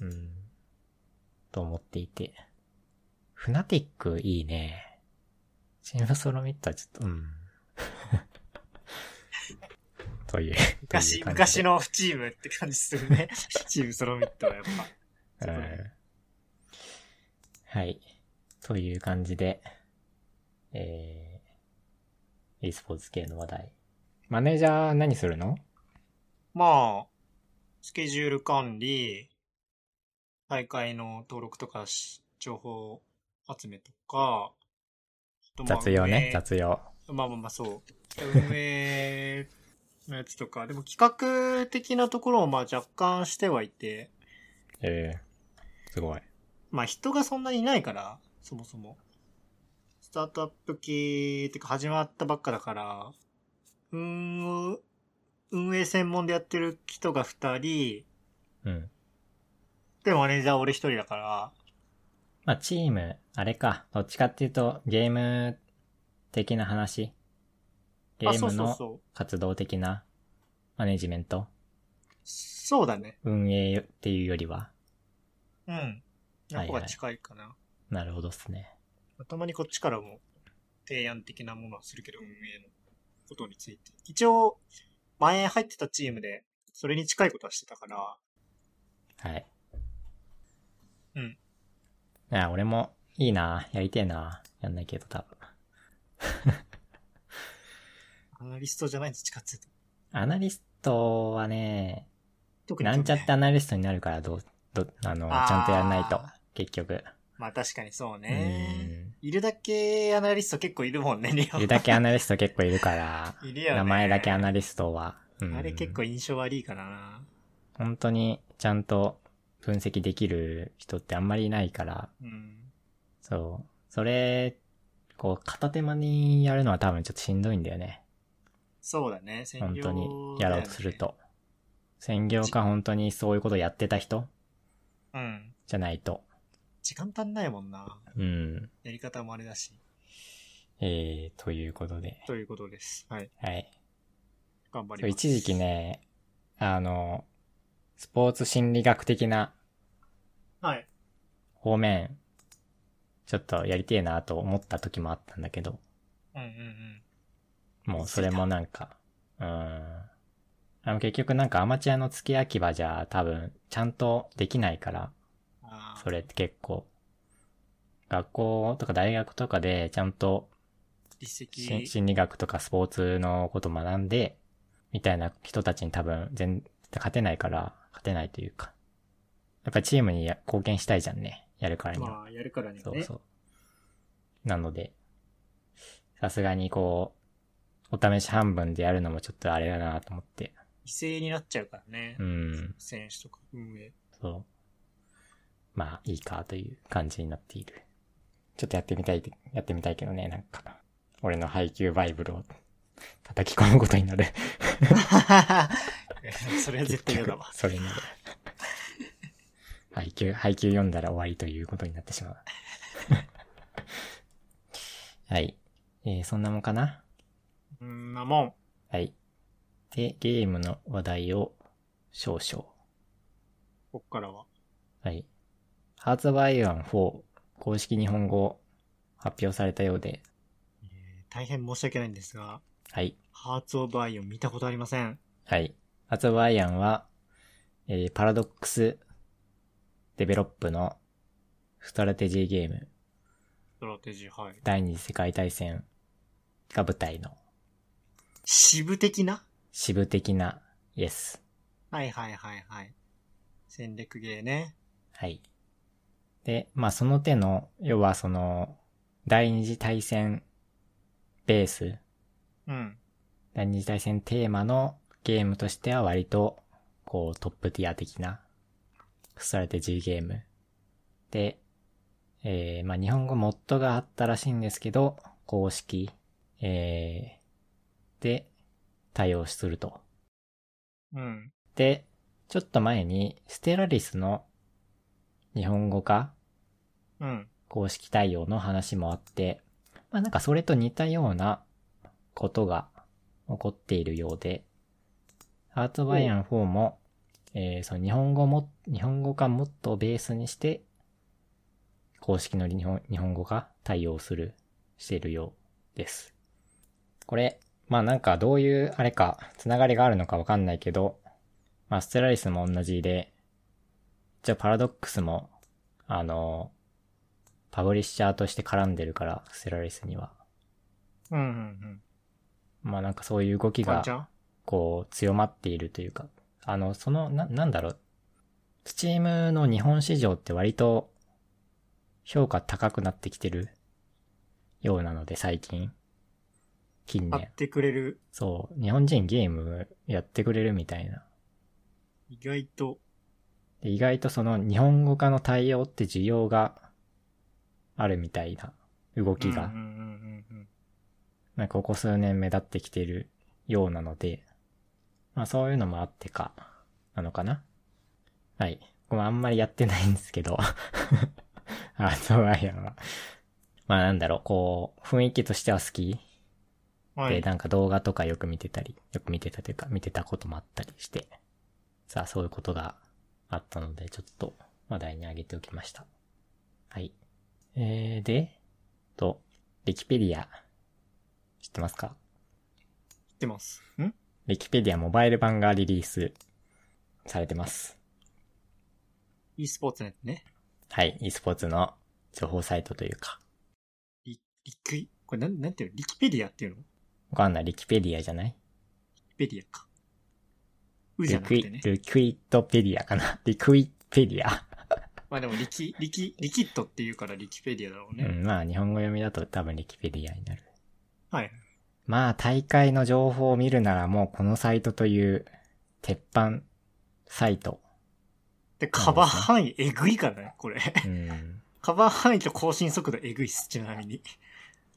うん。と思っていて。フナティックいいね。チームソロミットはちょっと、 うん。という。とい昔う、感じで昔。のチームって感じするね。チームソロミットはやっぱ。うんはい。という感じで、えー、e スポーツ系の話題。マネージャー何するのまあ、スケジュール管理、大会の登録とかし、情報集めとか、あとまあ雑用運ね営、雑用。まあまあまあそう。運営のやつとか、でも企画的なところをまあ若干してはいて、ええすごい。まあ人がそんなにいないから、そもそも。スタートアップ系ってか始まったばっかだから、運営、運営専門でやってる人が二人、うん。で、マネージャー俺一人だから、まあ、チーム、あれか。どっちかっていうと、ゲーム的な話。ゲあ、ーそうムそうのそう。活動的なマネジメントそうだね。運営っていうよりは。うん。の方が近いかな。なるほどっすね。たまにこっちからも提案的なものはするけど、運営のことについて。一応、前入ってたチームで、それに近いことはしてたから、はい。うんいや、俺も、いいなやりてえなやんないけど、多分。アナリストじゃないんです、近ついて。アナリストはね、特に、なんちゃって。アナリストになるから、どう、ど、あの、ちあーゃんとやらないと、結局。まあ確かにそうね。ういるだけアナリスト結構いるもんね、日ん。い本るだけアナリスト結構いるから、 いるよね。名前だけアナリストは。うんあれ結構印象悪いかな。本当にちゃんと分析できる人ってあんまりいないから、うん。そう。それ、こう、片手間にやるのは多分ちょっとしんどいんだよね。そうだね、専本業当だよねにやろうとする。と。専業か本当にそういうことやってた人うん。じゃないと。時間足んないもんな。うん。やり方もあれだし。えー、ということで。ということです。はい。はい。頑張りそうます。一時期。ね、あの、スポーツ心理学的なはい。方面、ちょっとやりてえなと思った時もあったんだけど、うんうんうん。もうそれもなんか、うーん。あの結局なんかアマチュアの付け焼き場じゃ多分ちゃんとできないから、あーそれって結構。学校とか大学とかでちゃんと実し績。心理学とかスポーツのこと学んで、みたいな人たちに多分全、勝てないから、勝てないというか。やっぱチームにや貢献したいじゃんね。やるからには。まあ、やるからにはそうね。そう。なので、さすがにこう、お試し半分でやるのもちょっとあれだなと思って。犠牲になっちゃうからねう。ん、選手とか 運営。そう。まあ、いいかという感じになっている。ちょっとやってみたい、やってみたいけどね、なんか、俺の配給バイブルを叩き込むことになる。それは絶対嫌だわ。それになる。配給、配給読んだら終わりということになってしまう。 はい。えー、そんなもんかなうんなもん。はい。で、ゲームの話題を少々。こっからは。はい。ハーツ・オブ・アイアン4、公式日本語発表されたようで、大変申し訳ないんですが、はい。ハーツオブアイを見たことありません。はい。ハーツ・オブ・アイアンは、えーパラドックスデベロップのストラテジーゲーム、ストラテジー、はい。第二次世界大戦が舞台の支部的な支部的な、イエス。はいはいはいはい。戦略ゲーね。はい。で、まあその手の、要はその、第二次大戦ベース、うん。第二次大戦テーマのゲームとしては割と、こうトップティア的な、ストラテジーゲーム。で、えー、まあ日本語モッドがあったらしいんですけど、公式、えー、で、対応すると。うん。で、ちょっと前に、ステラリスの日本語化うん。公式対応の話もあって、まあなんかそれと似たようなことが起こっているようで、ハートバイアン4も、えーその日本語も、日本語化もっとベースにして、公式の日本日本語化対応する、しているようです。これ、まあなんかどういう、あれか、つながりがあるのかわかんないけど、まあステラリスも同じで、じゃあパラドックスも、あの、パブリッシャーとして絡んでるから、ステラリスには。うんうんうん。まあなんかそういう動きワンがち、ゃんこう、強まっているというか、あの、その、な、なんだろう、スチームの日本市場って割と、評価高くなってきてるようなので、最近。近買年っ。てくれる、そう。日本人ゲームやってくれるみたいな。意外と、で意外とその日本語化の対応って需要があるみたいな動きが、うんうんうんうんうんなんかここ数年目立ってきてるようなので、まあそういうのもあってか、なのかなはい。これあんまりやってないんですけど、 あとはやは。まあなんだろう、こう、雰囲気としては好きはで、い。なんか動画とかよく見てたり、よく見てたというか、見てたこともあったりして、さあ、そういうことがあったので、ちょっと話題に挙げておきました。はい。えー、で、と、ウィキペディア、知ってますか知ってます。んウィキペディアモバイル版がリリースされてます。 e スポーツネットね。はい、e スポーツの情報サイトというか、リ、リクイ、これなん、なんていうのリキペディアっていうのリわかんない、ウィキペディアじゃないキペディアか。うじゃリなくクイ、てね。リクイットペディアかなリクイペディア。まあでもリキ、リキ、リキッドっていうからリキペディアだろうね。うん、まあ、日本語読みだと多分リキペディアになる。はい。まあ、大会の情報を見るならもうこのサイトという鉄板サイト。で、カバー範囲えぐいからね、これ。 うん。カバー範囲と更新速度えぐいっす、ちなみに。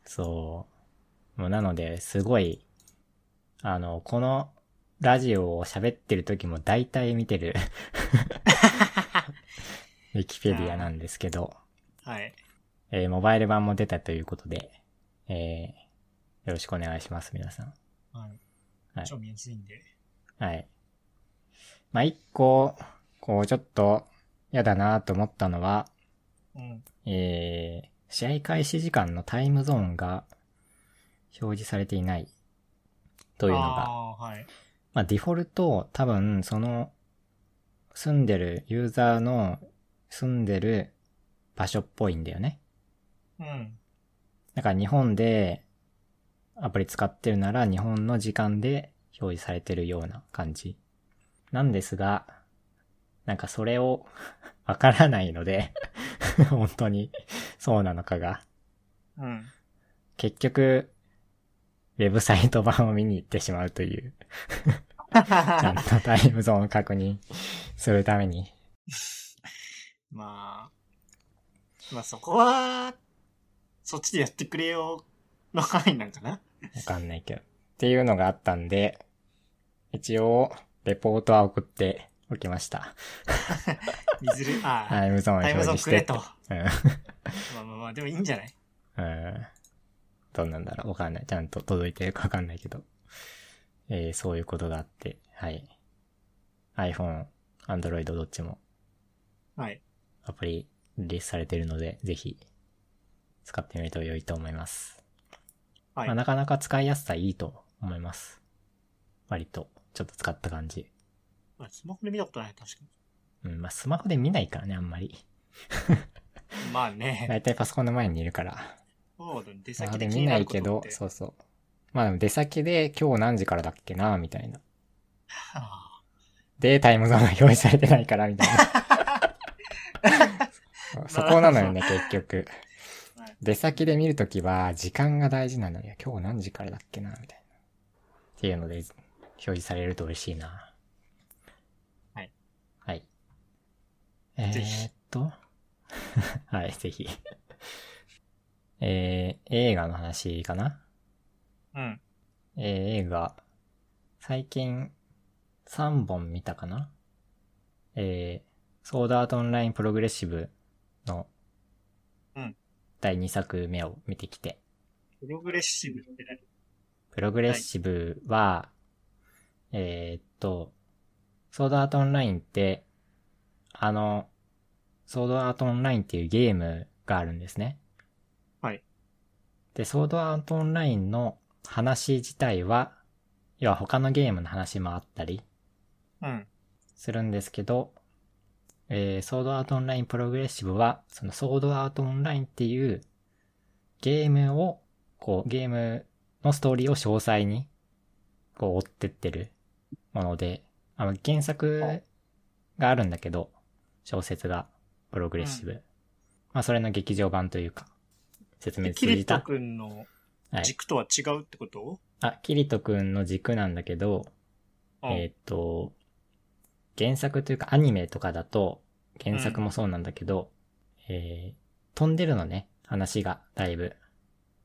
そう。もうなので、すごい、あの、このラジオを喋ってる時も大体見てるウィキペディアなんですけど、はい。えーモバイル版も出たということで、えーよろしくお願いします、皆さん。はい。超見やすいんで。はい。まあ、一個、こう、ちょっと、嫌だなと思ったのは、うん。えー、試合開始時間のタイムゾーンが表示されていないというのあが、あ、はい。まあ、デフォルト、多分、その、住んでる、ユーザーの住んでる場所っぽいんだよね。うん。だから日本でアプリ使ってるなら日本の時間で表示されてるような感じ。なんですが、なんかそれを わからないので、 本当にそうなのかが。うん。結局、ウェブサイト版を見に行ってしまうという、ちゃんとタイムゾーンを確認するために。まあ、まあそこは、そっちでやってくれよの範囲なんかな。わかんないけど。っていうのがあったんで、一応、レポートは送っておきました。いずれ、ああ、タイムゾーンをタイ表ムゾーン示しくてれって。と。うまあまあまあ、でもいいんじゃないん。 うん。どうなんだろうわかんない。ちゃんと届いてるかわかんないけど。えー、そういうことがあって、はい。iPhone、Android どっちもはい。アプリリリースされてるので、ぜひ使ってみると良いと思います。はい。まあ、なかなか使いやすさいいと思います。割と、ちょっと使った感じ。まあスマホで見たことない、確かうん、まあ、スマホで見ないからね、あんまり。に。まあね。だいたいパソコンの前にいるから。そうだね。出まあ先でで気見になないるこけとどって、。そうそう。まあでも出先で今日何時からだっけな、みたいな。あで、タイムゾーンが表示されてないから、み たいな。そこなのよね、結局はい。出先で見るときは、時間が大事なのよ。今日何時からだっけな、みたいな。っていうので、表示されると嬉しいな。はい。はい。えぜー、ひっと。 はい、ぜひ。えー、映画の話かなあうん。えー映画、最近3本見たかなえー、ソードアートオンラインプログレッシブのうん第2作目を見てきて、プログレッシブって何プログレッシブは、えーっと、ソードアートオンラインって、あの、ソードアートオンラインっていうゲームがあるんですね。はい。で、ソードアートオンラインの話自体は、要は他のゲームの話もあったりうん。するんですけど、えー、ソードアートオンラインプログレッシブは、そのソードアートオンラインっていうゲームを、こう、ゲームのストーリーを詳細に、こう、追ってってるもので、あの、原作があるんだけど、小説が、プログレッシブ。まあ、それの劇場版というか、説明キ通レじットた。君のはい。軸とは違うってこと、あ、キリトくんの軸なんだけど、えーっと、原作というかアニメとかだと、原作もそうなんだけど、えー飛んでるのね、話が、だいぶ。うん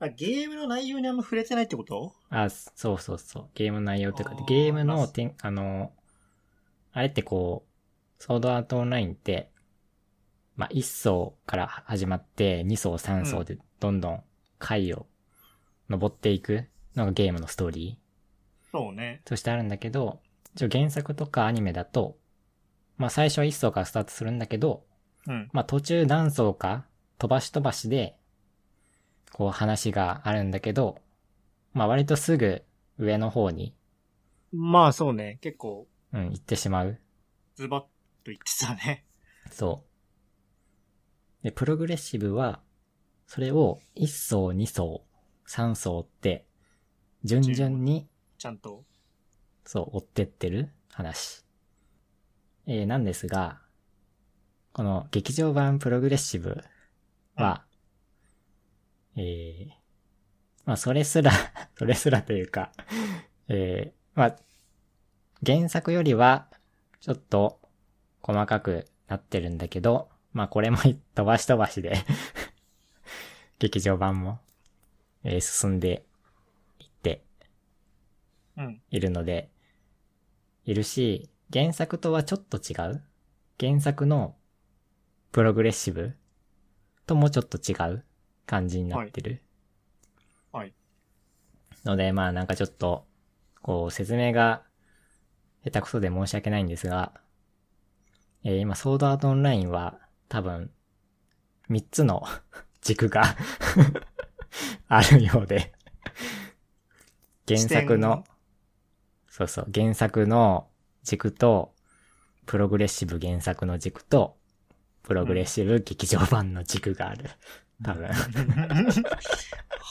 あゲームの内容にあんま触れてないってことあ、そそうそうそう。ゲームの内容というかあー、ゲームまあのてん、あの、あれってこう、ソードアートオンラインって、まあ、1層から始まって、2層、3層でどんどん回を登っていくのがゲームのストーリそうね。ーとしてあるんだけど、一応原作とかアニメだと、まあ、最初は1層からスタートするんだけど、うん。まあ、途中何層か飛ばし飛ばしで、こう話があるんだけど、まあ割とすぐ上の方に、まあそうね。結構、うん、行ってしまう。ズバッと言ってたね。そう。で、プログレッシブは、それを1層、2層、3層って、順々に、 ちゃんと。そう、追ってってる話。えー、なんですが、この劇場版プログレッシブは、えー、まあそれすら、 それすらというか、えー、まあ、原作よりは、ちょっと細かくなってるんだけど、まあこれも飛ばし飛ばしで、 劇場版も、えー進んでいってうん。いるので、いるし、原作とはちょっと違う。原作のプログレッシブともちょっと違う感じになってる。はいはいので、まあなんかちょっと、こう説明が下手くそで申し訳ないんですが、えー今、ソードアートオンラインは多分、3つの 軸が あるようで、原作の、そうそう、原作の軸と、プログレッシブ原作の軸と、プログレッシブ劇場版の軸がある。多分。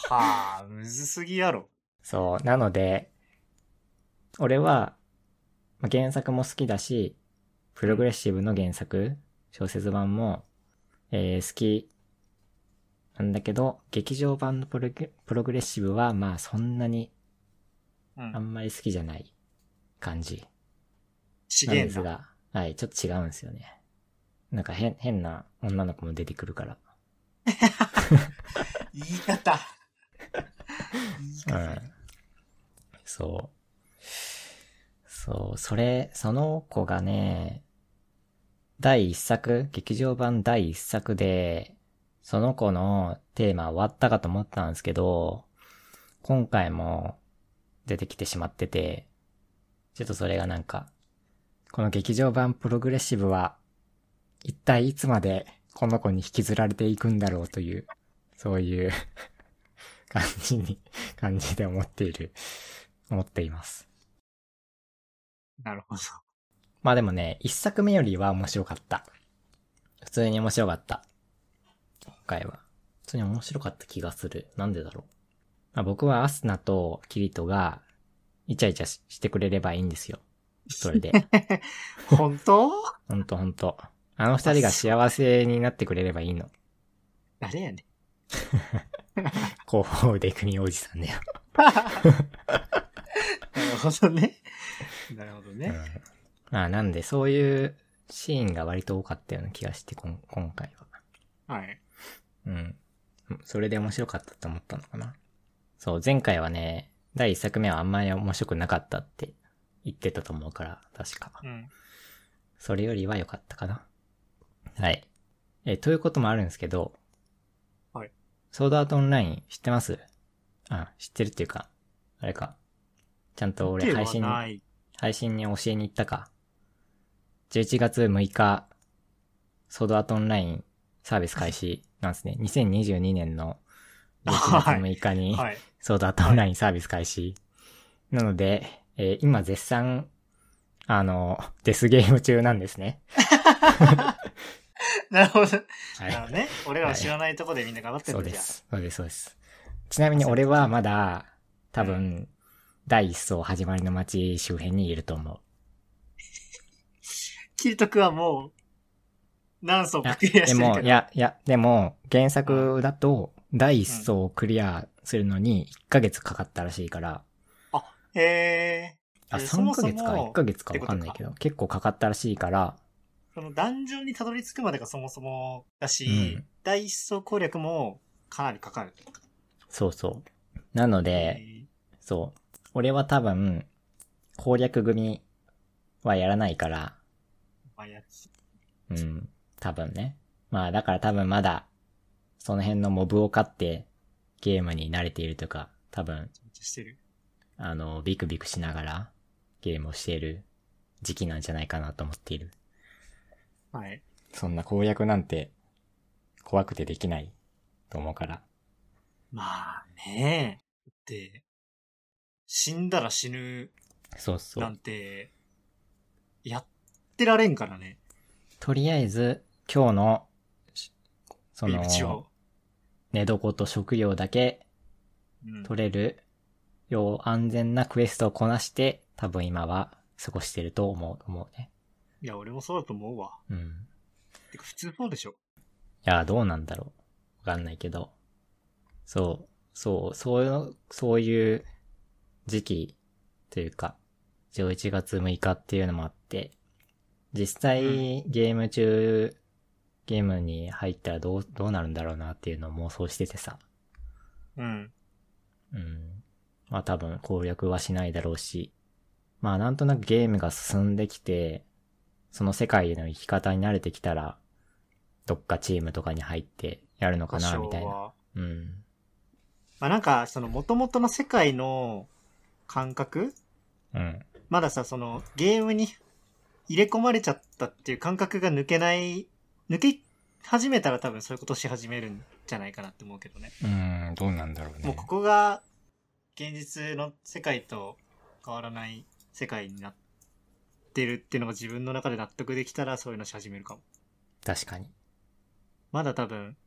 はあ、むずすぎやろ。そう。なので、俺は、まあ原作も好きだし、プログレッシブの原作、小説版も、えー好きなんだけど、劇場版のプログプログレッシブは、まあそんなにうあん。んまり好きじゃない感じ。ちなんげえですな。が、はい、ちょっと違うんですよね。なんか変、変な女の子も出てくるから。言い方。言いう方。ん。そう。そう、それ、その子がね、第一作、劇場版第一作で、その子のテーマ終わったかと思ったんですけど、今回も出てきてしまってて、ちょっとそれがなんか、この劇場版プログレッシブは、一体いつまでこの子に引きずられていくんだろうという、そういう 感じに、感じで思っている、 思っています。なるほど。まあでもね、一作目よりは面白かった。普通に面白かった。今回は。普通に面白かった気がする。なんでだろう。まあ僕はアスナとキリトが、イチャイチャししてくれればいいんですよ。それで。本当ほんとほんと。あの二人が幸せになってくれればいいの。誰やねん。広報で組おじさんだよ。なるほどね。なるほどね。まあなんでそういうシーンが割と多かったような気がして、こん今回は。はい。うん。それで面白かったって思ったのかな。そう、前回はね、第1作目はあんまり面白くなかったって言ってたと思うから、確か。うん。それよりは良かったかな。はい。え、ということもあるんですけど、はい。ソードアートオンライン知ってますあ、知ってるっていうか、あれか。ちゃんと俺では配信、ない。配信に教えに行ったか。11月6日、ソードアートオンラインサービス開始なんですね。2022年の11月6日に、はい。ソードアートオンラインサービス開始。なので、えー今絶賛、あの、デスゲーム中なんですね。なるほど。はなるい。ほどね。俺らの知らないとこでみんな頑張ってるそんうだでじゃ す。そうです、そうです。ちなみに俺はまだ、多う分、第一層始まりの街周辺にいると思う。キリト君はもう、何層いかやクリアでしてるも、けいど。や、いや、でも、原作だと、第一層をクリアするのに1ヶ月かかったらしいから、へえ。あ、えそも3そヶ月か、1もヶ月かわかんないけど、結構かかったらしいから、そのダンジョンにたどり着くまでがそもそもだし、うん大一層攻略もかなりかかる。そうそう。なので、そう。俺は多分、攻略組はやらないから、まあやつうん、多分ね。まあだから多分まだ、その辺のモブを買って、ゲームに慣れているとか、多分、めっちゃしてる。あの、ビクビクしながら、ゲームをしている時期なんじゃないかなと思っている。はい。そんな攻略なんて、怖くてできない、と思うから。まあねえ。だって、死んだら死ぬそうそなんう。て、やってられんからね。とりあえず、今日の、しそビーのブ、チを。寝床と食料だけうん取れるよう安全なクエストをこなして、多分今は過ごしてると思う、思うね。いや、俺もそうだと思うわ。うん。てか、普通そうでしょ。いや、どうなんだろう。わかんないけど。そう、そう、そういう、そういう時期というか、11月6日っていうのもあって、実際ゲーム中、ゲームに入ったらどう、どうなるんだろうなっていうのを妄想しててさ。うん。うん。まあ多分攻略はしないだろうし、まあなんとなくゲームが進んできて、その世界への生き方に慣れてきたら、どっかチームとかに入ってやるのか多な、少みたいな。は。うん。まあなんか、その元々の世界の感覚うん。まださ、そのゲームに入れ込まれちゃったっていう感覚が抜けない、抜け始めたら多分そういうことし始めるんじゃないかなって思うけどね。うん、どうなんだろうもうここが現実の世界と変わらない世界になってるっていうのが自分の中で納得できたらそういうのし始めるかも。確かに。まだ多分、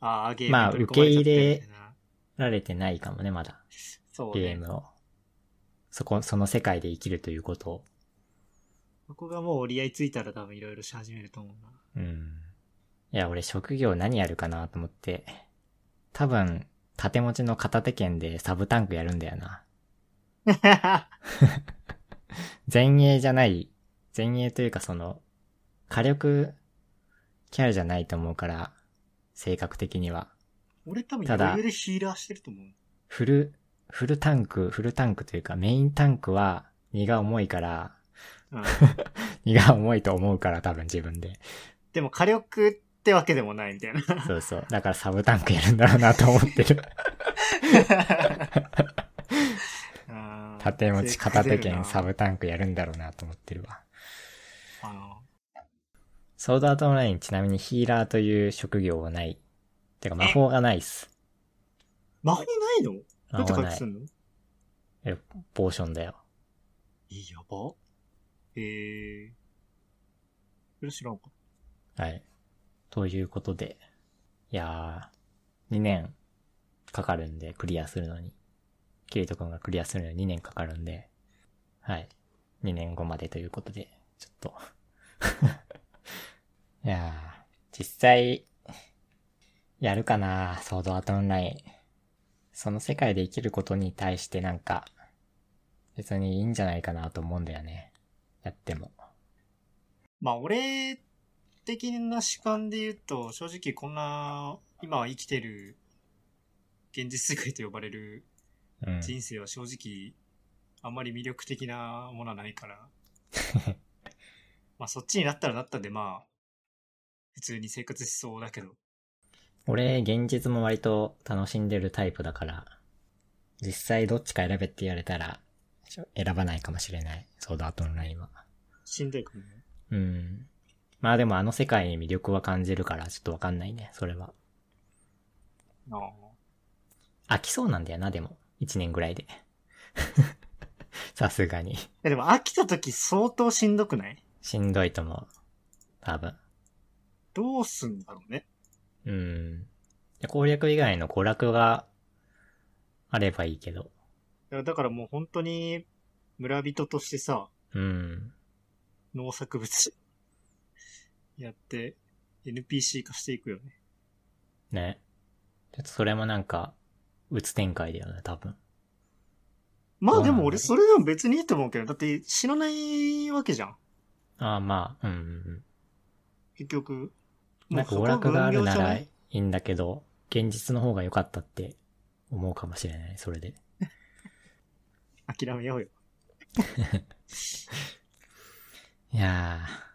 ああ、ゲーまあムに取り込まれちゃってみたいな。られてないかもね、まだ。そうゲーね。ムを。そこ、その世界で生きるということを。ここがもう折り合いついたら多分いろいろし始めると思 うな。うん。いや、俺職業何やるかなと思って。多分、縦持ちの片手剣でサブタンクやるんだよな。前衛じゃない、前衛というかその、火力キャラじゃないと思うから、性格的には。俺多分ただ余裕でヒーラーしてると思う。フル、フルタンク、フルタンクというかメインタンクは荷が重いから、うん 荷が重いと思うから多分自分で。でも火力ってわけでもないみた いな。そうそう。だからサブタンクやるんだろうなと思って る。あー縦持ち片手剣サ。性格出ブるタンクやるんだろうなと思ってるわ。なあのソードアートオンラインちなみにヒーラーという職業はない。てか魔法がないっす。魔法ないのどう魔やって法回な復いす。んのポーションだよ。え、やば。えー。それ知らんか。はい。ということで。いやー、2年かかるんで、クリアするのに。キリト君がクリアするのに2年かかるんで、はい。2年後までということで、ちょっと。 いやー、実際、やるかなソードアートオンライン。その世界で生きることに対してなんか、別にいいんじゃないかなと思うんだよね。やっても。まあ、俺的な主観で言うと、正直こんな、今は生きてる、現実世界と呼ばれるうん。人生は正直、あんまり魅力的なものはな いから。まあ、そっちになったらなったで、まあ、普通に生活しそうだけど。俺、現実も割と楽しんでるタイプだから、実際どっちか選べって言われたら、ちょ選ばないかもしれない。ソードアートオンラインは。しんどいかもね。うん。まあでもあの世界に魅力は感じるから、ちょっとわかんないね、それは。ああ。飽きそうなんだよな、でも。一年ぐらいで。 さすがに。えでも飽きた時相当しんどくないしんどいと思う。多分。どうすんだろうね。うん。攻略以外の娯楽があればいいけど。いやだからもう本当に村人としてさ、うん。農作物 やって NPC 化していくよね。ね。ちょっとそれもなんか、打つ展開だよね、多分。まどあうでなんだもろう俺それでも別にいいと思うけど、だって死なないわけじゃん。ああ、まあ、うんうん結局。うん。なもうんかそこ娯は楽分がある業なじゃらないいいんだけど、現実の方が良かったって思うかもしれない、それで。諦めようよ。いやー。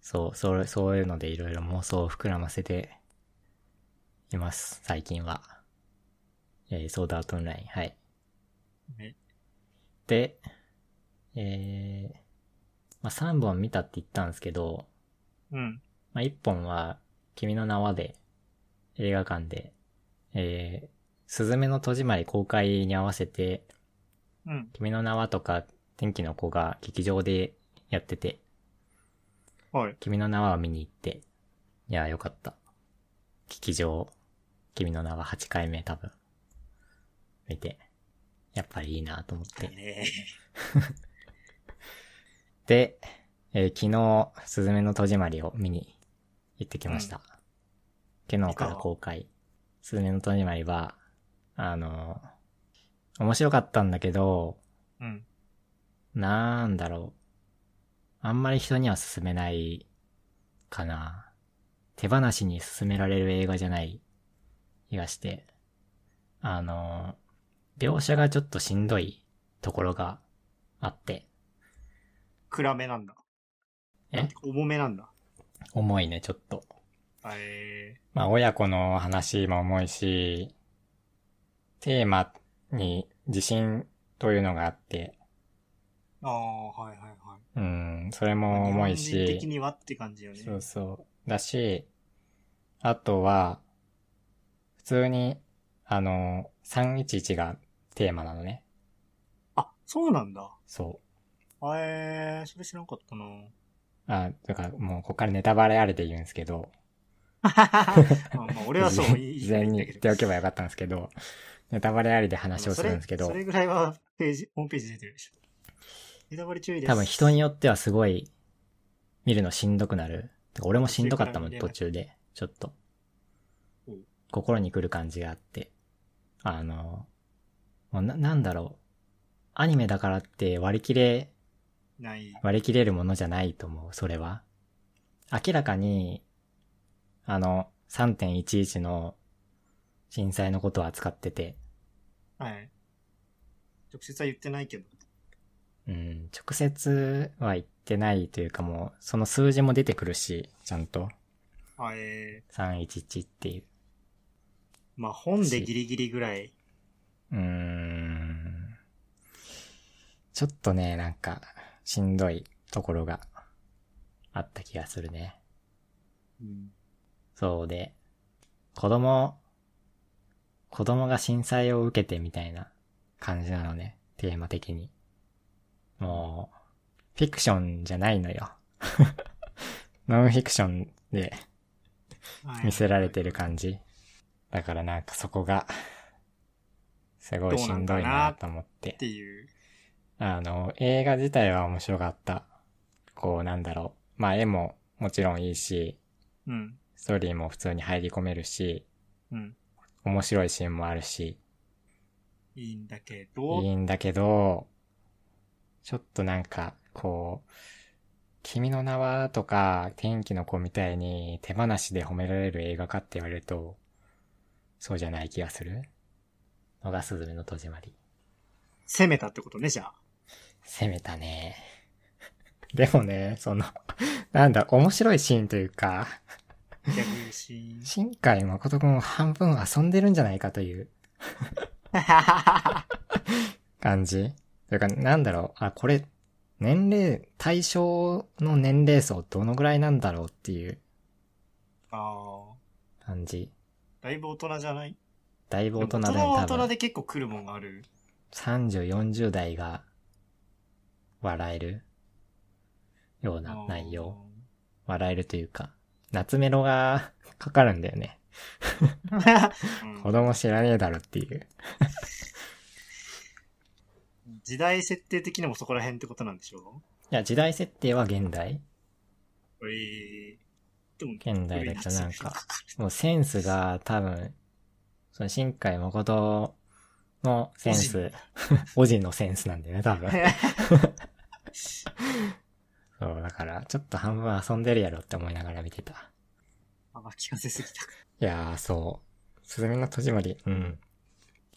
そう、そう、そういうのでいろいろ妄想を膨らませています、最近は。えー、ソーダアートオンライン、はい。ねで、えー、まあ、3本見たって言ったんですけど、うん。まあ、1本は、君の名はで、映画館で、えー、すずめの戸締まり公開に合わせて、うん。君の名はとか、天気の子が劇場でやってて、はい。君の名はを見に行って。いやー、よかった。劇場、君の名は8回目多分。見て。やっぱりいいなと思って。ねで、えー昨日、すずめの戸締まりを見に行ってきました。昨日から公開。すずめの戸締まりは、あのー面白かったんだけど、うん。なんだろう。あんまり人には勧めないかな。手放しに勧められる映画じゃない気がして。あの、描写がちょっとしんどいところがあって、暗めなんだ。えなんて重めなんだ。重いね、ちょっと。えまあ、親子の話も重いし、テーマに自信というのがあって、ー、ああ、はいはいはい。うん、それも重いし。日本人的にはって感じよね。そうそう。だし、あとは、普通に、あの、311がテーマなのね。あ、そうなんだ。そえー、それ知らんかっ たなう。あ、だからもうここからネタバレあれで言うんですけど、まあまあ、俺はそう、いい事前に言っておけばばよかったんですけど、ネタバレありで話をするんですけどそれ、それぐらいは、ページ、ホームページ出てるでしょ。ネタバレ注意です。多分人によってはすごい、見るのしんどくなる。てか俺もしんどかったもん、途中から見れ途中ないで。ちょっとうん。心に来る感じがあって。あの、もうな、なんだろう。アニメだからって割り切れ、ない。割り切れるものじゃないと思う、それは。明らかに、あの、3.11の震災のことを扱ってて、はい。直接は言ってないけど。うん、直接は言ってないというかもう、その数字も出てくるし、ちゃんと。あえ311っていう。ー、まあ本でギリギリぐらい。うーん。ちょっとね、なんか、しんどいところがあった気がするね。うん。そうで、子供、子供が震災を受けてみたいな感じなのね、テーマ的に。もう、フィクションじゃないのよ。 ノンフィクションではい見せられてる感じ。だからなんかそこが、すごいしんどいなと思ってっ。ていう。あの、映画自体は面白かった。こう、なんだろう。まあ、絵ももちろんいいし、うん。ストーリーも普通に入り込めるし、うん。面白いシーンもあるし、いいんだけいど、いんだけど、ちょっとなんか、こう、君の名はとか、天気の子みたいに手放しで褒められる映画かって言われると、そうじゃない気がするのがすずめの戸締まり。攻めたってことね、じゃあ。攻めたね。 でもね、その、なんだ、面白いシーンというか、逆にし新海誠くん半分遊んでるんじゃないかと いう感じ。というか、なんだろう、あ、これ、年齢、対象の年齢層どのぐらいなんだろうっていうああ、感じ。だいぶ大人じゃないだいぶ大人だでもよ、は多大人分。で結構来るもんがある。 30、40代が笑えるようあなー内容。笑えるというか、夏メロがかかるんだよね。うん子供知らねえだろっていう。時代設定的にもそこら辺ってことなんでしょいや、時代設定は現代うえー、でも、現代だけどなん古いか、もうセンスが多分、その新海誠のセンス、オ ジンのセンスなんだよね、多分。そう、だから、ちょっと半分遊んでるやろって思いながら見てた。 あ、巻き風すぎた。いやー、そう。すずめの戸締まり、うん。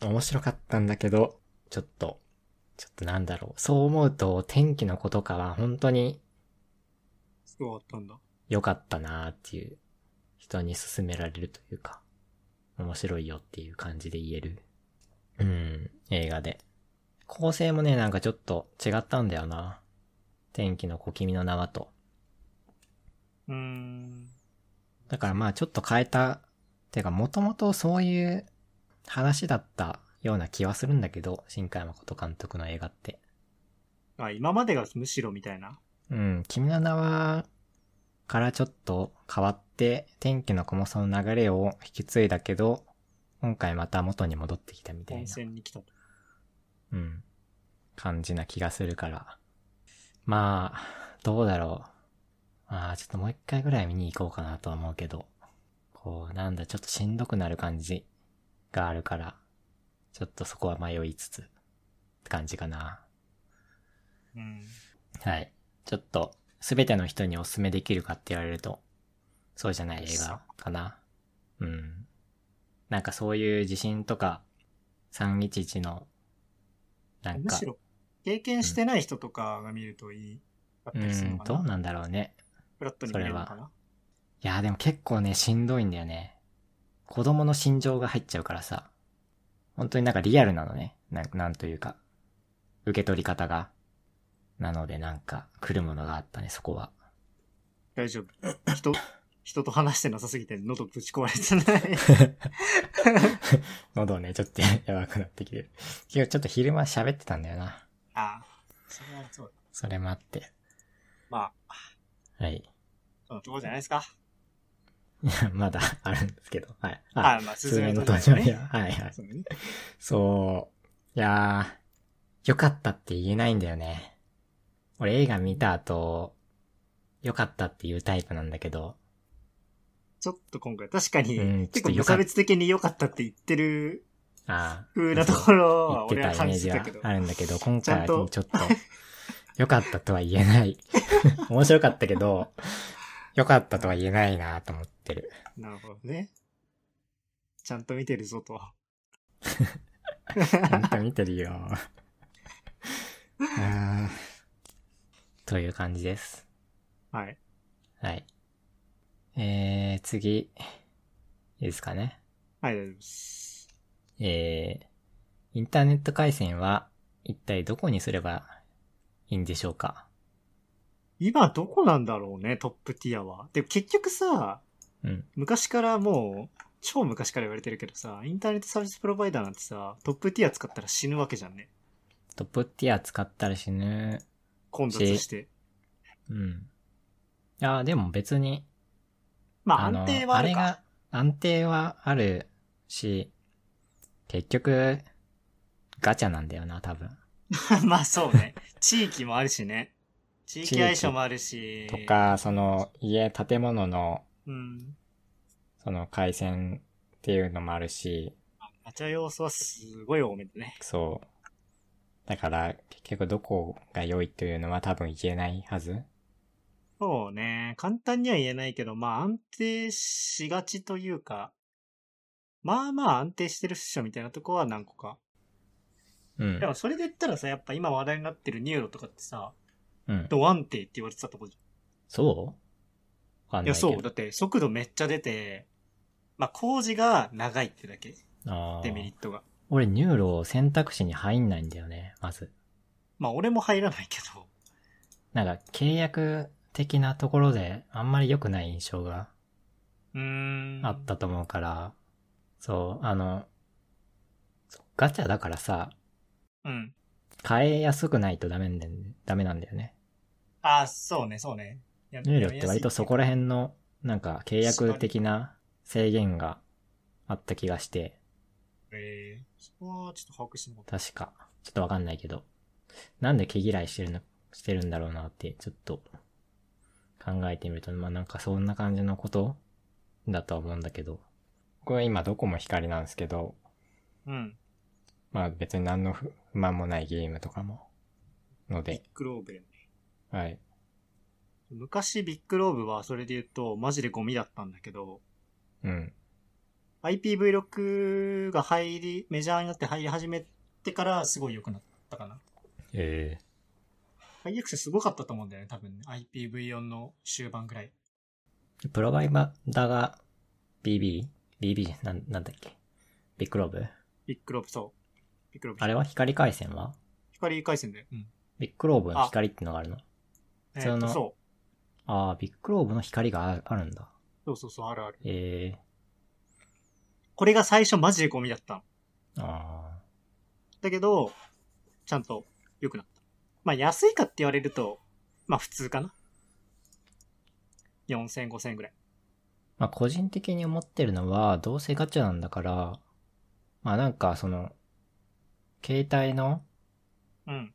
面白かったんだけど、ちょっと、ちょっとなんだろう。そう思うと、天気の子とかは本当にそうだったんだ。良かったなーっていう、人に勧められるというか、面白いよっていう感じで言える、うん、映画で。構成もね、なんかちょっと違ったんだよな。天気の子君の名はと。うーん。だからまあちょっと変えた、てかもともとそういう話だったような気はするんだけど、新海誠監督の映画って。あ、今までがむしろみたいな。うん、君の名はからちょっと変わって、天気の子もその流れを引き継いだけど、今回また元に戻ってきたみたい温な、泉に来たと。うん、感じな気がするから。まあ、どうだろう。まあ、ちょっともう一回ぐらい見に行こうかなとは思うけど、こう、なんだ、ちょっとしんどくなる感じがあるから、ちょっとそこは迷いつつ、って感じかな。うん。はい。ちょっと、すべての人にお勧めできるかって言われると、そうじゃない映画かな。うん。なんかそういう地震とか、311の、なんむかし、ろ、経験してない人とかが見るといい。だっうたりするのん、かどうな。なんだろうね。フラットに見れるのかないや、でも結構ね、しんどいんだよね。子供の心情が入っちゃうからさ。本当になんかリアルなのね。ななんというか。受け取り方が。なのでなんか、来るものがあったね、そこは。大丈夫。人、人と話してなさすぎて喉ぶち壊れ てない。喉ね、ちょっとや ばくなってきてる。今日ちょっと昼間喋ってたんだよな。ああ。それはそうだ。それもあって。まあ、はい。 そのとこじゃないですか。いやまだあるんですけど。はい。あ、まあ、すずめの戸登締場まりには。ね。はいはい。そうだね。そう。いやー、良かったって言えないんだよね。俺映画見た後、良かったっていうタイプなんだけど、ちょっと今回、確かに、うん結構無差別的に良かったって言ってるあ風なところあ、は言俺はってたイ感メーじジてたはけど。あるんだけど、今ちゃ回んはとちょっと、良かったとは言え ない。面白かったけど、良かったとは言えないなと思ってる。なるほどね。ちゃんと見てるぞと。ちゃんと見て るよ。あーという感じです。はい。はい。えー、次、いいですかね。はい、大丈夫です。えー、インターネット回線は一体どこにすればいいんでしょうか今どこなんだろうね、トップティアは。でも結局さ、うん。昔からもう、超昔から言われてるけどさ、インターネットサービスプロバイダーなんてさ、トップティア使ったら死ぬわけじゃんね。トップティア使ったら死ぬ。混雑して。うん。いやー、でも別に、まあ安定はあるれか。が、安定はあるし、結局、ガチャなんだよな、多分。 まあそうね。 地域もあるしね。地域相性もあるし。と。か、その、家、建物の、うん。その回線っていうのもあるし、ガチャ要素はすごい多めだね。そう。だから、結局どこが良いというのは多分言えないはず。そうね。簡単には言えないけど、まあ安定しがちというか、まあまあ安定してるっしょみたいなとこは何個か。うんで。もそれで言ったらさ、やっぱ今話題になってるニューロとかってさ、うん。ド安定って言われてたとこじそうわかんなゃん。いやいけど。そう。だって速度めっちゃ出て、まあ工事が長いってだけ。あデメリーットが。俺、ニューロ選択肢に入んないんだよね、まず。まあ俺も入らないけど。なんか、契約的なところで、あんまり良くない印象がうーん。あったと思うから、そう、あの、そうガチャだからさ、うん。変えやすくないとダメなんだよねダメなんだよね。ああ、そうね、そうね。いやルールって割とそこら辺の、なんか契約的な制限があった気がして、えー、そこはちょっと把握してなかった。確か、ちょっとわかんないけど、なんで毛嫌いしてるの、してるんだろうなって、ちょっと、考えてみると、まあなんかそんな感じのことだとは思うんだけど、僕は今どこも光なんですけど、うん。まあ別に何の不不満もないゲームとかも。のビッで、グローブ。はい。昔ビッグローブはそれで言うと、マジでゴミだったんだけど、うん。 IPv6 が入り、メジャーになって入り始めてからすごい良くなったかな。ええ IX すごかったと思うんだよね、多分ね。IPv4 の終盤ぐらい。プロバイバーが BB?BB? なんなんだっけビッグローブビッグローブ、そう。ビッグローブ。あれは光回線は光回線で。うん。ビッグローブの光ってのがあるのえそーのとそう。ああ、ビッグローブの光がああるんだ。そうそうそう、あるある。ええこれが最初マジでゴミだったの。あだけど、ちゃんと良くなった。まあ安いかって言われると、まあ普通かな。4000、5000ぐらい。あ。まあ個人的に思ってるのは、どうせガチャなんだから、まあなんかその、携帯のうん。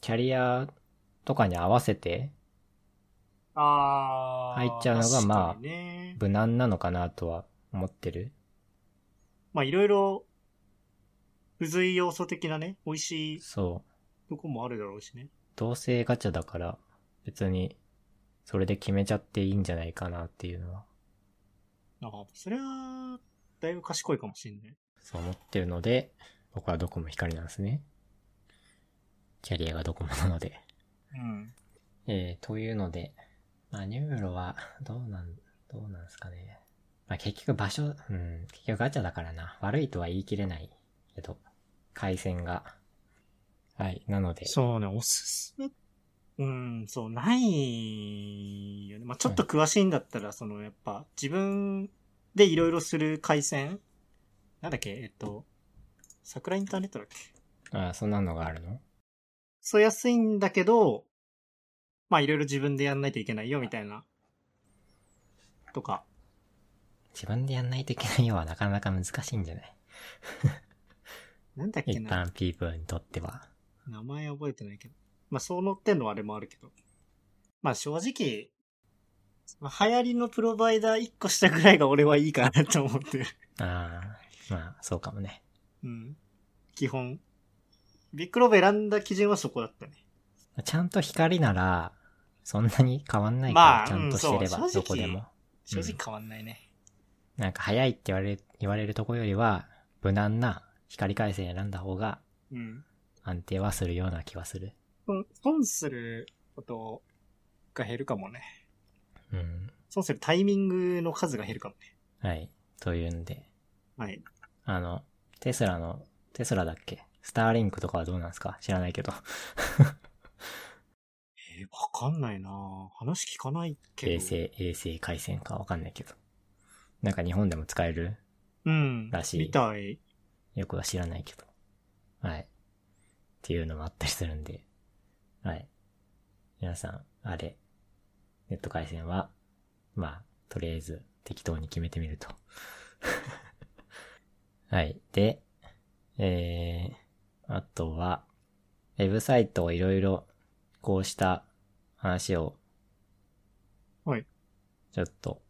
キャリアとかに合わせてあー。入っちゃうのがまあ確かにね無難なのかなとは思ってる。まあいろいろ、付随要素的なね、美味しいそう。とこもあるだろうしね。同性ガチャだから別にそれで決めちゃっていいんじゃないかなっていうのはああ、それは、だいぶ賢いかもしんない。そう思ってるので僕はドコモ光なんですねキャリアがドコモなのでうん。えー、というのでまあニューロはどうなんどうなんですかねまあ結局場所うん結局ガチャだからな悪いとは言い切れないけど回線がはいなのでそうね、おすすめ。うん、そう、ないよね。まあちょっと詳しいんだったら、その、やっぱ、自分でいろいろする回線なんだっけえっと、桜インターネットだっけあーそんなのがあるのそう安いんだけど、まあいろいろ自分でやんないといけないよ、みたいな。とか。自分でやんないといけないよはなかなか難しいんじゃないなんだっけ一な般ピープルにとっては名前覚えてないけど。まあ、そう乗ってんのはあれもあるけど。まあ、正直、まあ流行りのプロバイダー1個したぐらいが俺はいいかなと 思ってる。ああ、まあ、そうかもね。うん。基本。ビッグローブ選んだ基準はそこだったね。ちゃんと光なら、そんなに変わんないから、まあちゃんとしてれば、うんそう正ど直こでも。正直変わんないね。なんか、早いって言われ、言われるとこよりは、無難な光回線選んだ方が、うん。安定はするような気はする。うん、損することが減るかもね。うん。損するタイミングの数が減るかもね。はい。というんで、はい。あの、テスラの、テスラだっけスターリンクとかはどうなんですか知らないけど。えーわかんないなぁ話聞かないけ ど。衛星、衛星回線かわかんないけど。なんか日本でも使えるうん。らしいみたい。よくは知らないけど。はい。っていうのもあったりするんで。はい。皆さん、あれ、ネット回線は、まあ、とりあえず適当に決めてみると。 はい。で、えー、あとは、ウェブサイトをいろいろ、こうした話を、はい。ちょっと、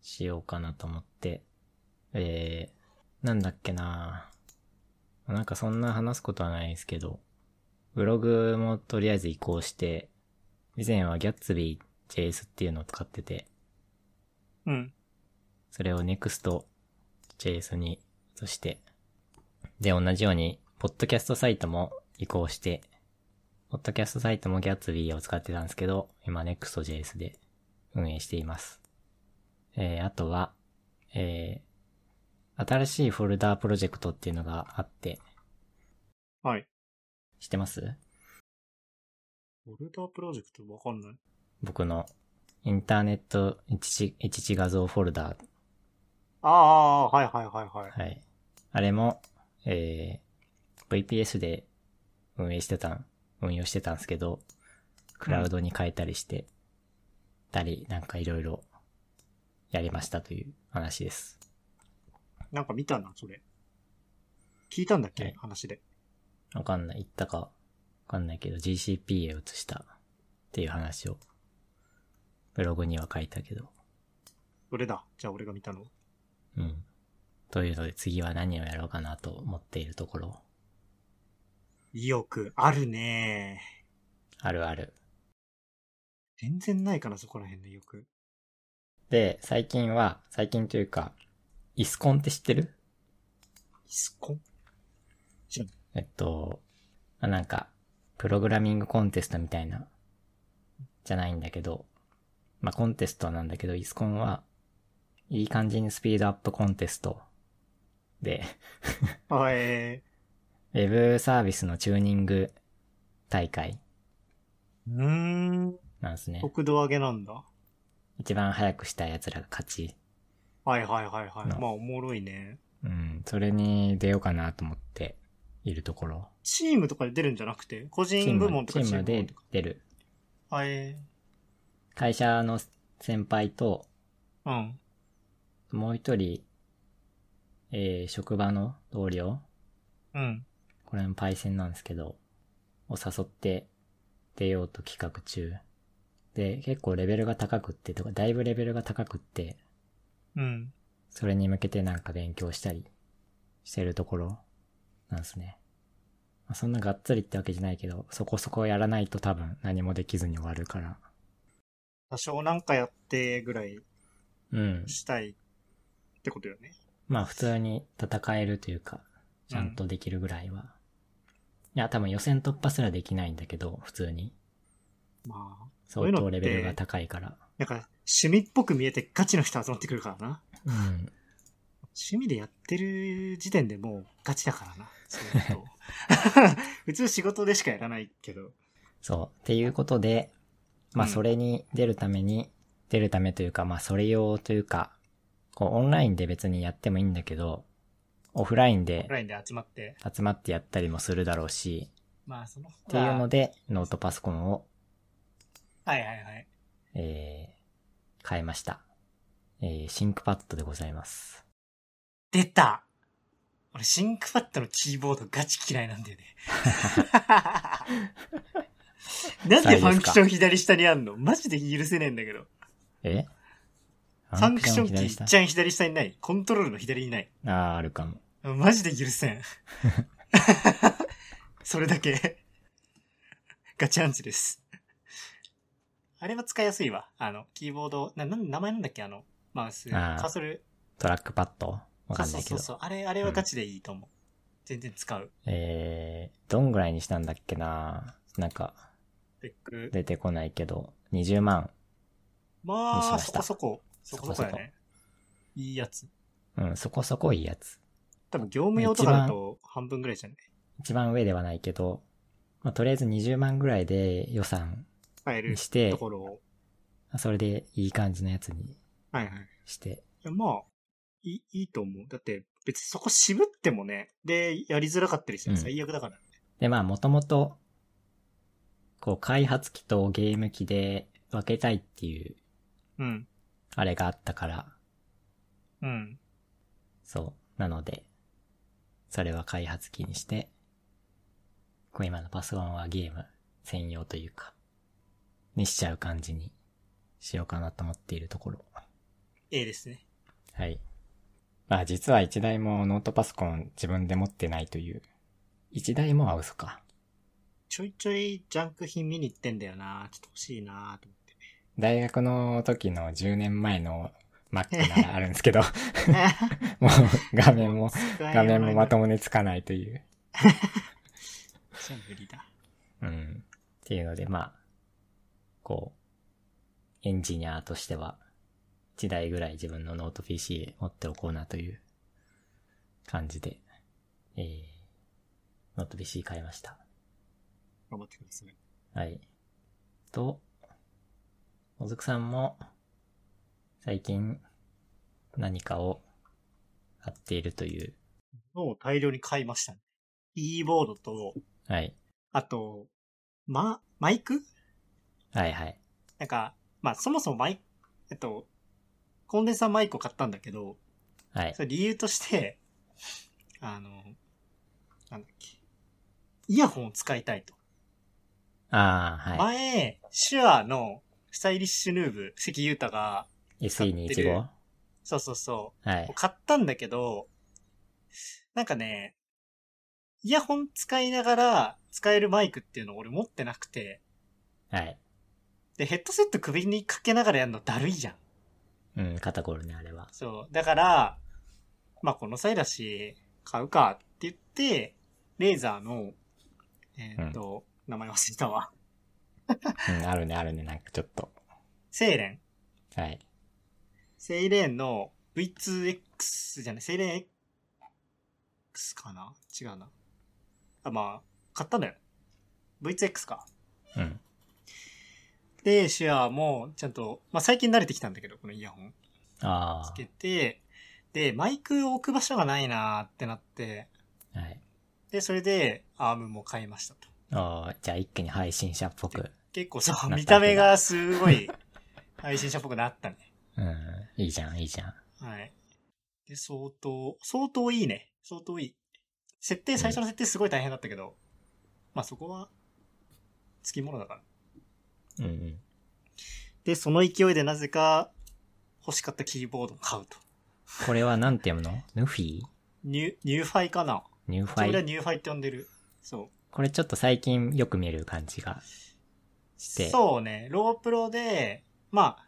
しようかなと思って、えー、なんだっけななんかそんな話すことはないですけど、ブログもとりあえず移行して、以前はギャッツビー JS っていうのを使ってて、うん。それを Next.js に移して、で、同じように、ポッドキャストサイトも移行して、ポッドキャストサイトも Gatsby を使ってたんですけど、今 Next.js で運営しています。えー、あとは、えー、新しいフォルダープロジェクトっていうのがあって、はい。知ってますフォルダープロジェクトわかんない。僕のインターネット一致一致画像フォルダーああー、はいはいはいはい。はい。あれも、えー、VPS で運営してたん、運用してたんですけど、クラウドに変えたりして、たり、なんかいろいろやりましたという話です。なんか見たな、それ。聞いたんだっけ、はい話で。わかんない、言ったかわかんないけど、GCP へ移したっていう話を、ブログには書いたけど、どれだじゃあ俺が見たの。うん。というので次は何をやろうかなと思っているところ。意欲あるねあるある。全然ないかな、そこら辺の意欲。で、最近は、最近というか、イスコンって知ってるイスコンえっと、まあなんか、プログラミングコンテストみたいな、じゃないんだけど、まあ、コンテストなんだけど、イスコンは、いい感じにスピードアップコンテストで、 あえウェブサービスのチューニング大会ー、うーん、なんですね。国道上げなんだ。一番早くした奴らが勝ち。はいはいはいはい。なまあおもろいね。うん、それに出ようかなと思っているところ。チームとかで出るんじゃなくて個チー人ム部門とかチチーームム部門でとか。出る。あえ会社の先輩と、ー、うん。もう一人、えー、職場の同僚うん。これもパイセンなんですけど、を誘って出ようと企画中。で、結構レベルが高くってとか、だいぶレベルが高くって、うん。それに向けてなんか勉強したりしてるところなんですね。まあ、そんながっつりってわけじゃないけど、そこそこやらないと多分何もできずに終わるから。多少なんかやってぐらいうん。したいってことよね。まあ普通に戦えるというか、ちゃんとできるぐらいは。いや、多分予選突破すらできないんだけど、普通に。まあ、そうい相うのっ当てレベルが高いから。なんか趣味っぽく見えてガチの人集まってくるからな。うん。趣味でやってる時点でもうガチだからな。そうい うこと普通仕事でしかやらないけど。そう。っていうことで、まあうんそれに出るために、出るためというか、まあそれ用というか、こうオンラインで別にやってもいいんだけど、オフラインでラインで集まって。集まってやったりもするだろうし、まあ、そのっ方ていうがので、ノートパソコンを、はいはいはい。えー、変えました。えー、シンクパッドでございます。出た俺、シンクパッドのキーボードガチ嫌いなんだ よね。なんでファンクション左下にあんのマジで許せねえんだけど。えファンクションキ左ー下いっちゃん左下にない。コントロールの左にない。あー、あるかも。マジで許 せん。それだけ。ガチアンチです。あれは使いやすいわ。あの、キーボード、な、なん、名前なんだっけあの、マウス、あーカーソル。トラックパッドわかんそなういけそうど。そう。あれ、あれはガチでいいと思う。全然使う。えー、どんぐらいにしたんだっけななんか、ベック。出てこないけど、20万。にしままあ、しそたこそこ。そこそこやそこね。いいやつ。うん、そこそこいいやつ。多分業務用とかだと半分ぐらいじゃない一番上ではないけど、まあ、とりあえず20万ぐらいで予算使えるにしてと、ころを。それでいい感じのやつにはいはい。して。いやまあ、いい、いいと思う。だって、別にそこ渋ってもね、で、やりづらかったりしたらうん最悪だから。で、まあ、もともと、こう、開発機とゲーム機で分けたいっていう、うん。あれがあったから、うん。そう。なので、それは開発機にして、こう今のパソコンはゲーム専用というか、にしちゃう感じにしようかなと思っているところ。ええですね。はい。まあ実は一台もノートパソコン自分で持ってないという。一台もは嘘か。ちょいちょいジャンク品見に行ってんだよな。ちょっと欲しいなと思って。大学の時の10年前の Mac ならあるんですけど、もう 画面も、画面もまとも。もにつかないという。じゃあ無理だ。うん。っていうので、まあ、こう、エンジニアとしては、一台ぐらい自分のノート PC 持っておこうなという感じで、えー、ノート PC 買いました。頑張ってください。はい。と、もずくさんも、最近、何かを、買っているという。もう大量に買いましたね。キーボードと、はい。あと、ま、マイクはいはい。なんか、まあ、そもそもマイク、えっと、コンデンサーマイクを買ったんだけど、はいそ。れ理由として、あの、なんだっけ。イヤホンを使いたいと。ああ、は前、シュアのスタイリッシュヌーブ、関裕太が、い。使ってる SE215? そうそうそはう、い。買ったんだけど、なんかね、イヤホン使いながら使えるマイクっていうのを俺持ってなくて、はい。で、ヘッドセット首にかけながらやるのだるいじゃん。うん、肩こるね、あれは。そう。だから、まあこの際だし、買うかって言って、レーザーの、えーっと、名前忘れたわ。 うん、あるね、あるね、なんかちょっと。セイレン。はい。セイレンの V2X じゃない、セイレン X かな違うな。あ、まあ、買ったのよ。V2X か。うん。で、シェアもちゃんと、まあ最近慣れてきたんだけど、このイヤホンあつけて、で、マイクを置く場所がないなーってなって、あ。はい。で、それで、アームも買いましたと。ああ、じゃあ一気に配信者っぽく。結構そったう、ね見た目がすごい、配信者っぽくなったね。うん。いいじゃん、いいじゃん。はい。で、相当、相当いいね。相当いい。設定、最初の設定すごい大変だったけど、まあそこは、つきものだから。うんうん。で、その勢いでなぜか、欲しかったキーボードを買うと。これはなんて読むのヌフィーニュ、ニューファイかな、ニューフそれはァイニューファイって呼んでる。そう。これちょっと最近よく見る感じが。してそうね。ロープロで、まあ、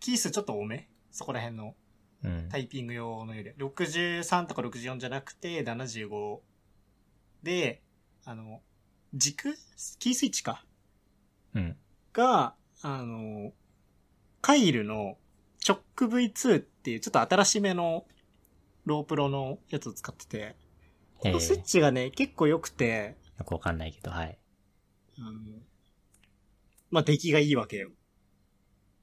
キー数ちょっと多め。そこら辺のうん。タイピング用のよりは。63とか64じゃなくて、75。で、あの、軸キースイッチか。うん。が、あの、カイルのチョック V2 っていうちょっと新しめのロープロのやつを使ってて、こえのスイッー、チがね、結構良くて、よくわかんないけど、はい。あの、まあ、出来がいいわけよ。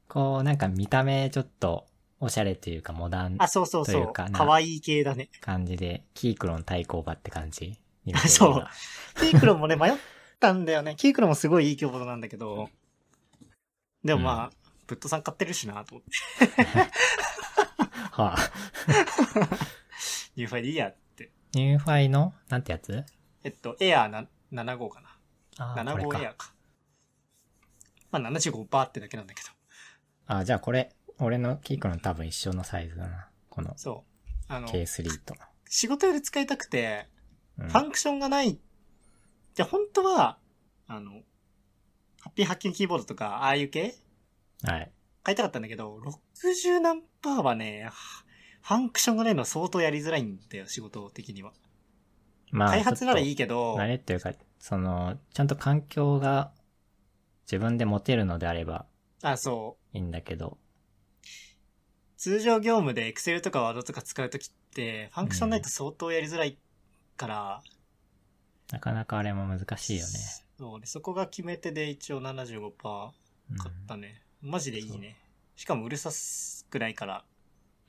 こう、なんか見た目ちょっと、おしゃれというかモダンあ、そうそうそ。といううかな可愛い系だね。感じで、キークロン対抗馬って感じになそうようなキークロンもね、迷ったんだよね。キークロンもすごいいいキーボードなんだけど、でもまあ、ブットさん買ってるしなと思って、はあ、ニューファイでいいやって。ニューファイの、なんてやつえっと、エアー7号かな。ああ、これ75エか。アか。まあ75バーってだけなんだけど。ああ、じゃあこれ、俺のキークロン多分一緒のサイズだな。このそう。あの、 K3 と。仕事用で使いたくて、うんファンクションがない。じゃ、本当は、あの、ハッピーハッキングキーボードとか、ああいう系はい。買いたかったんだけど、60何パーはね、ファンクションがないのは相当やりづらいんだよ、仕事的には。ま開発ならいい。いけど、慣れっていうか、その、ちゃんと環境が自分で持てるのであればあ、そう。いいんだけど、通常業務で Excel とか Word とか使うときって、ファンクションないと相当やりづらいから、なかなかあれも難しいよね。そうね、そこが決め手で一応75%う買んったね。マジでいいね。しかもうるさすくらいから。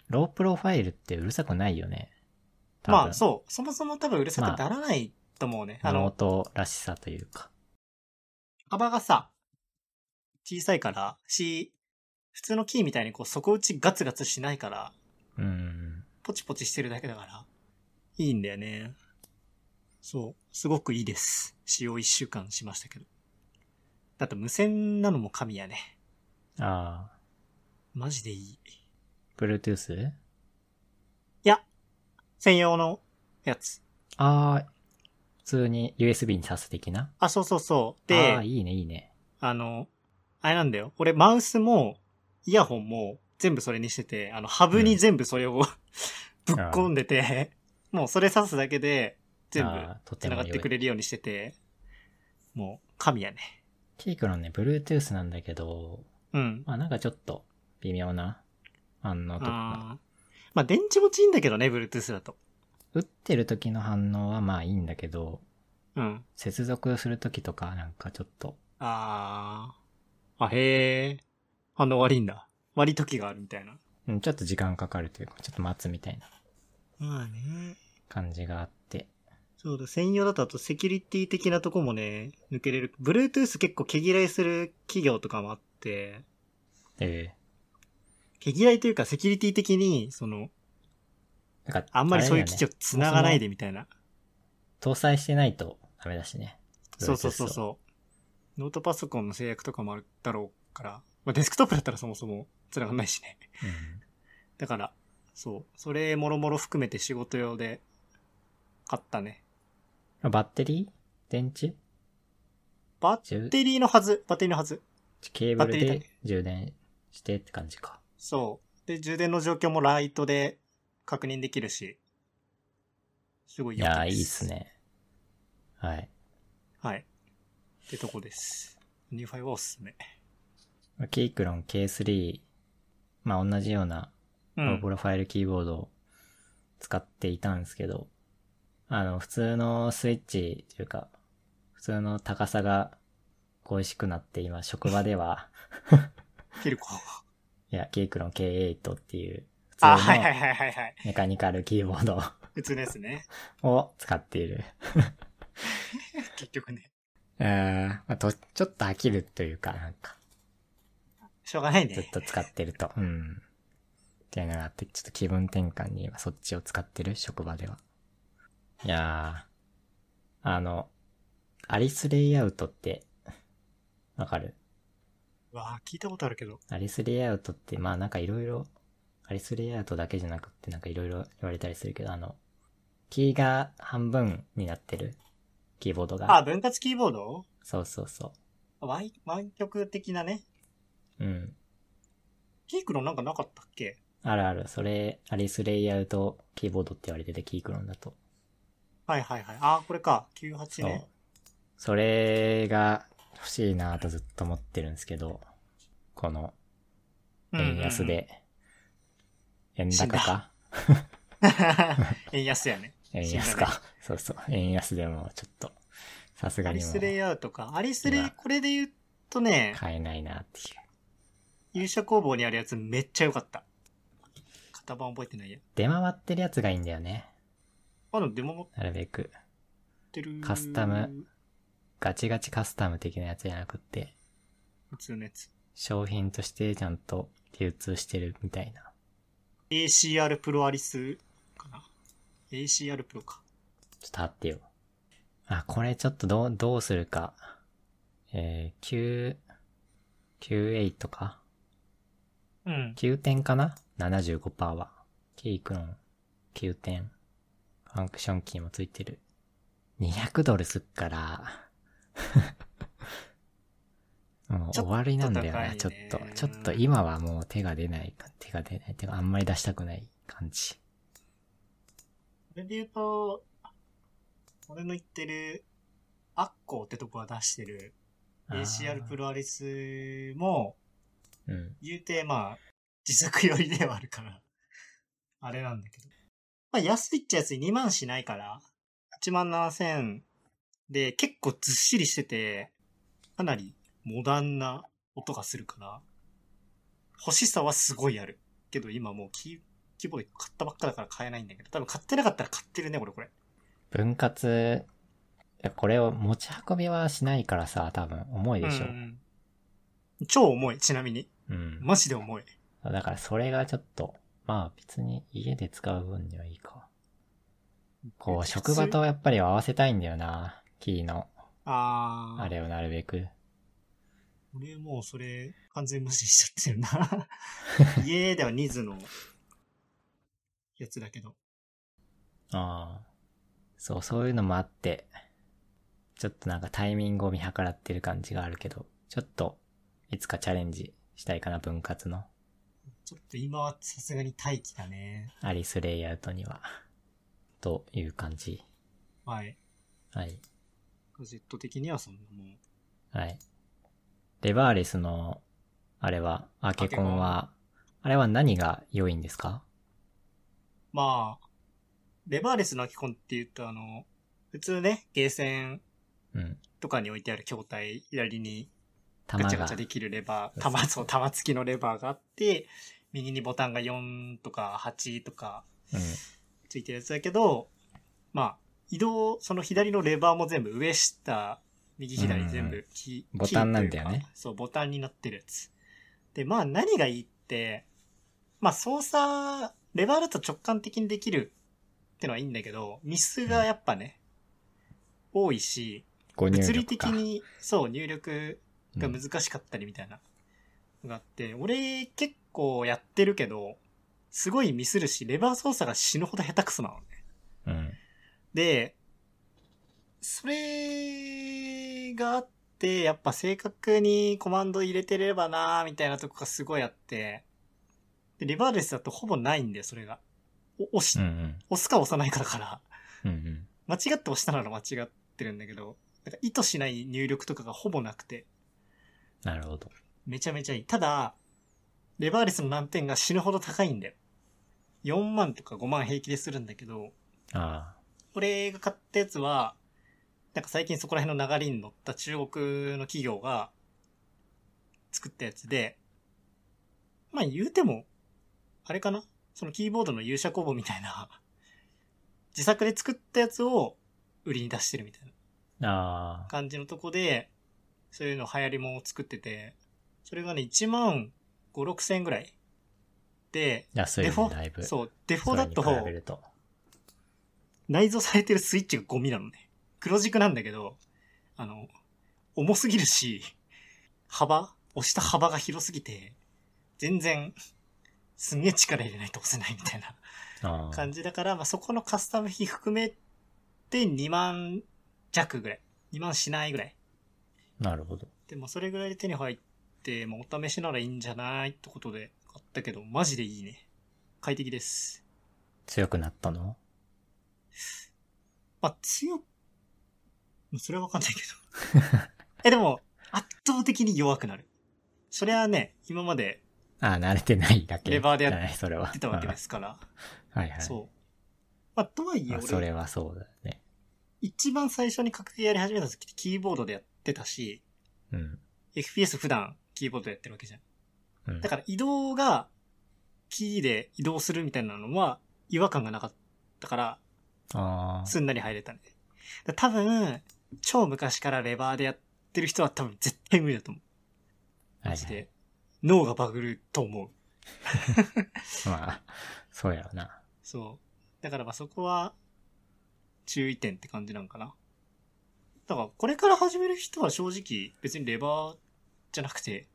ロープロファイルってうるさくないよね。多分まあそう、そもそも多分うるさくならないと思うね。あ、物の、音らしさというか。幅がさ、小さいから、し、普通のキーみたいにこう底打ちガツガツしないから、うん。ポチポチしてるだけだから、いいんだよね。そう、すごくいいです。使用1週間しましたけど。だって無線なのも神やね。ああ、マジでいい。 Bluetooth? 専用のやつ。ああ、普通に USB に挿す的なあ、そうそうそう。ああ、で、いいね、いいね。あの、あれなんだよ。俺、マウスも、イヤホンも、全部それにしてて、あの、ハブに全部それを、ぶっ込んでて、もうそれ挿すだけで、全部あーとて繋もがってくれるようにしてて、もう、神やね。キークのね、Bluetooth なんだけど、うん。まあなんかちょっと微妙な反応とか、あーまあ、電池持ちいいんだけどね、Bluetooth だと。打ってる時の反応はまあいいんだけど、うん。接続する時とかなんかちょっと、あー。あ、へー。反応悪いんだ。悪い時があるみたいな。うん、ちょっと時間かかるというか、ちょっと待つみたいなまあね。感じがあって、そうだ、専用だとあとセキュリティ的なとこもね、抜けれる。Bluetooth 結構毛嫌いする企業とかもあって、え毛嫌いというかセキュリティ的に、その、えなんか、あんまりそういうあれだ機よ器をね繋がないでみたいな。搭載してないとダメだしね。そうそうそうそう。ノートパソコンの制約とかもあるだろうから、まあ、デスクトップだったらそもそも繋がんないしね。 Bluetooth を。うんだから、そう。それもろもろ含めて仕事用で買ったね。バッテリー電池バじゅッテリーのはず、バッテリーのはず。ケーブルバッテリーだで充電してって感じか。そう。で、充電の状況もライトで確認できるし、すごいい良かやったー、でいいっす。ね。はい。はい。ってとこです。ニューファイはおすすめ。キークロン K3、まあ同じようなうプん。ロファイルキーボードを使っていたんですけど、あの、普通のスイッチというか、普通の高さが恋しくなって、今、職場で は、キルコ。いや、キークロン K8 っていう、普通あ、のはいはいはいはいはい。メカニカルキーボード普通のやつね。 を使っている。結局ね。えーまあと、ちょっと飽きるというか、なんか、しょうがないずっね。と使ってると、うん。っていうのがあって、ちょっと気分転換に今そっちを使ってる、職場では。いやー、あの、アリスレイアウトって、わかるわあ聞いたことあるけど。アリスレイアウトって、まあなんかいろいろ、アリスレイアウトだけじゃなくってなんかいろいろ言われたりするけど、あの、キーが半分になってる、キーボードあ、が。分割キーボードそうそうそ湾湾曲的なね。う。うん。キークロンなんかなかったっけあるある、それ、アリスレイアウトキーボードって言われてて、キークロンだと。はいはいはい。あ、これか。98そうね。。それが欲しいなぁとずっと思ってるんですけど、このうんうんうん円安。で、円高か 円安やね。円安死んだか。 そうそう。円安でもちょっと、さすアがリにもスレイアウトか。アリスうレわイ、これで言うとね、買えないなっていう。勇者工房にあるやつめっちゃ良かった。型番覚えてないや。出回ってるやつがいいんだよね。あ、でもデモ持っなるべく。てる。カスタム。ガチガチカスタム的なやつじゃなくって、普通のやつ。商品としてちゃんと流通してるみたいな。 ACR プロアリスかな。ACR プロか。ちょっと待ってよ。あ、これちょっとどう、どうするか。えー、9、98かうん。 ?9 点かな ?75% は。キークロン、9点。ファンクションキーもついてる。200ドルすっから。 もう終わりなんだよな、ちちょょっっとと高いね。ちょっと今はもう手が出ないか、手が出ない。手があんまり出したくない感じ。それで言うと、俺の言ってる、アッコーってとこが出してるあー ACR プロアリスも、うん。言うて、まあ、自作寄りではあるから、 あれなんだけど。まあ、安いっちゃ安い、2万しないから、8万7千で、結構ずっしりしてて、かなりモダンな音がするから、欲しさはすごいある。けど今もうキー、キーボード買ったばっかだから買えないんだけど、多分買ってなかったら買ってるね、俺これ。分割、いやこれを持ち運びはしないからさ、多分重いでしょう。んうん超重い、ちなみに。うん。マジで重い。だからそれがちょっと、まあ別に家で使う分にはいいか。こう、普通職場とやっぱり合わせたいんだよな。キーの、ああ。あれをなるべく。俺もうそれ完全無視しちゃってる な。家ではニズのやつだけど。ああ。そう、そういうのもあって、ちょっとなんかタイミングを見計らってる感じがあるけど、ちょっと、いつかチャレンジしたいかな、分割の。ちょっと今はさすがに待機だね。アリスレイアウトには。という感じ。はい。はい。ガジェット的にはそんなもん。はい。レバーレスの、あれは、アケコンアは、あれは何が良いんですかまあ、レバーレスのアキコンって言うとあの、普通ね、ゲーセンうん。とかに置いてある筐体左にガ玉チャガチがャ。できるレバー、そうそう玉、そう、玉付きのレバーがあって、右にボタンが4とか8とかうん。ついてるやつだけど、まあ、移動、その左のレバーも全部上下、右左全うんう部キー、ボタンなんだよねキーというかそう、ボタンになってるやつ。で、まあ何がいいって、まあ操作、レバーだと直感的にできるってのはいいんだけど、ミスがやっぱね、多いし、ご入物理力的か。に、そう、入力がうん難しかったりみたいなのがあって、俺結構やってるけど、すごいミスるし、レバー操作が死ぬほど下手くそなのね。うん。で、それがあって、やっぱ正確にコマンド入れてればなーみたいなとこがすごいあって、でリバーレスだとほぼないんだよ、それが。お押し、うんうん。押すか押さないかだから。うんうん。間違って押したなら間違ってるんだけど、なんか意図しない入力とかがほぼなくて、なるほど。めちゃめちゃいい。ただ、レバーレスの難点が死ぬほど高いんだよ。4万とか5万平気でするんだけど、あ俺が買ったやつは、なんか最近そこら辺の流れに乗った中国の企業が作ったやつで、まあ言うても、あれかなそのキーボードの勇者工房みたいな、自作で作ったやつを売りに出してるみたいな。あ。ああ。感じのとこで、そういうの流行りもんを作ってて、それがね、1万5、6千円ぐらい。で、安いデねフォ、だいぶ。そう、デフそォれだにと比べると。内蔵されてるスイッチがゴミなのね。黒軸なんだけど、あの、重すぎるし、幅押した幅が広すぎて、全然、すんげえ力入れないと押せないみたいなああ感。じだから、まあ、そこのカスタム費含めて2万弱ぐらい。2万しないぐらい。なるほど。でもそれぐらいで手に入って、まあ、お試しならいいんじゃないってことで買ったけど、マジでいいね。快適です。強くなったのまあ、強く、まあそれはわかんないけど。 え、でも、圧倒的に弱くなる。それはね、今までああ、慣れてないだけ。レバーでやっじゃない、それは。出てたわけですから。 うん。はいはい。そう。まあ、とはいえ、まあそ俺、れはそうだね。一番最初に格ゲーやり始めた時ってキーボードでやってたし、うん。 FPS 普段キーボードでやってるわけじゃん。うんだ。から移動が、キーで移動するみたいなのは違和感がなかったから、ああ。すんなり入れたね。だ多分、超昔からレバーでやってる人は多分絶対無理だと思う。はマいジはでい。脳がバグると思う。まあ、そうやろな。そう。だからまあそこは、注意点って感じなんかな。だからこれから始める人は正直別にレバーじゃなくて、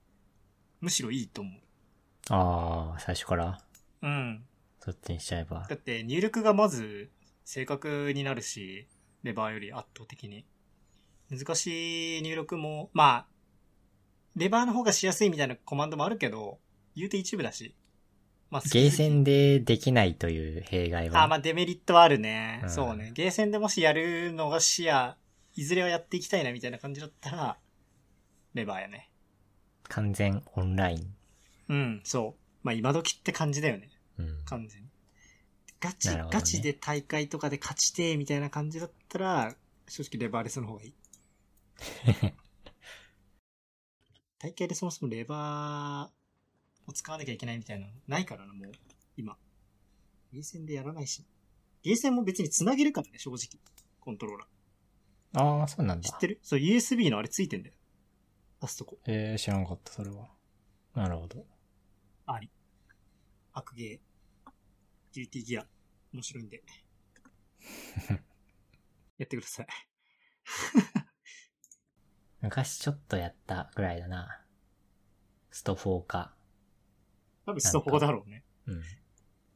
むしろいいと思ああ、最初からう。うん。そっちにしちゃえばだ。って入力がまず正確になるし、レバーより圧倒的に。難しい入力も、まあ、レバーの方がしやすいみたいなコマンドもあるけど、言うて一部だし。まあ、ゲーセンでできないという弊害は。あ、まあデメリットはあるね。うんそうね。ゲーセンでもしやるのが視野、いずれはやっていきたいなみたいな感じだったら、レバーやね。完全オンライン。うん、そう。まあ今時って感じだよね。うん。完全に。ガチ、なるほどねガチで大会とかで勝ちてーみたいな感じだったら、正直レバーレスの方がいい。大会でそもそもレバーを使わなきゃいけないみたいなのないからな、もう、今。ゲーセンでやらないし。ゲーセンも別に繋げるからね、正直。コントローラ ー。ああ、そうなんだ。知ってるそう、USB のあれついてんだよ。出すとこ。えー、知らなかった、それは。なるほど。悪ゲー、デューティーギア、面白い んで。やってください。昔ちょっとやったぐらいだな。スト4か。多分ストフォーだろうね。うん。ス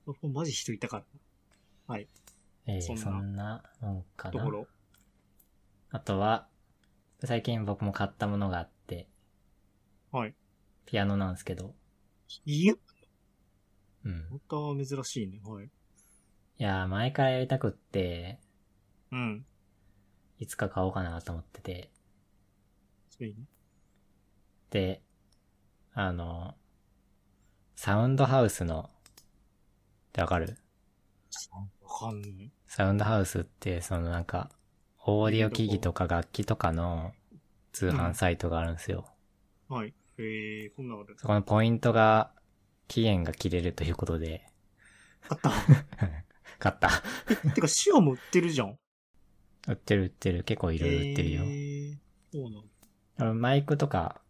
トフォーマジ人いたからえー、そそんんななもんかな。とこな。ろ。あとは、最近僕も買ったものがあって、はい。ピアノなんですけど。いや、うん。また珍しいね。はい。いやー、前からやりたくって、うん。いつか買おうかなと思ってて。それいいね。で、あの、サウンドハウスの、ってわかるわかんない。サウンドハウスって、そのなんか、オーディオ機器とか楽器とかの通販サイトがあるんですよ。はい。えー、こんなのある。そこのポイントが、期限が切れるということで、 買った。買った。え、てか、シオも売ってるじゃん。売ってる売ってる。結構いろいろ売ってるよ。えー、そうなの。あのマイクとか、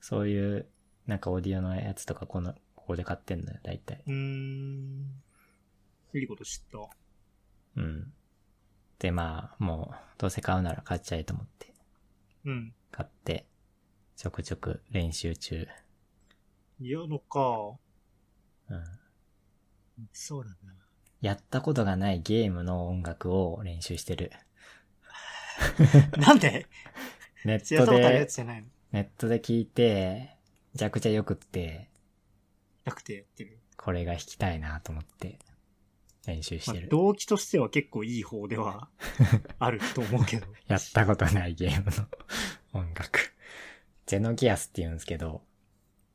そういう、なんかオーディオのやつとか、この、ここで買ってんのよ、大体。うーん。いいこと知った。うん。で、まあ、もう、どうせ買うなら買っちゃえと思って、うん。買って、ちょくちょく練習中。ピアノか。うん。そうなんだ。やったことがないゲームの音楽を練習してる。なんでネやッっトたことあるやでつ、じゃないのネットで聞いて、めちゃくちゃ良くって、なくてやってる。これが弾きたいなと思って、練習しまあてる。動機としては結構いい方ではあると思うけど。やったことないゲームの音楽。ゼノギアスって言うんですけど、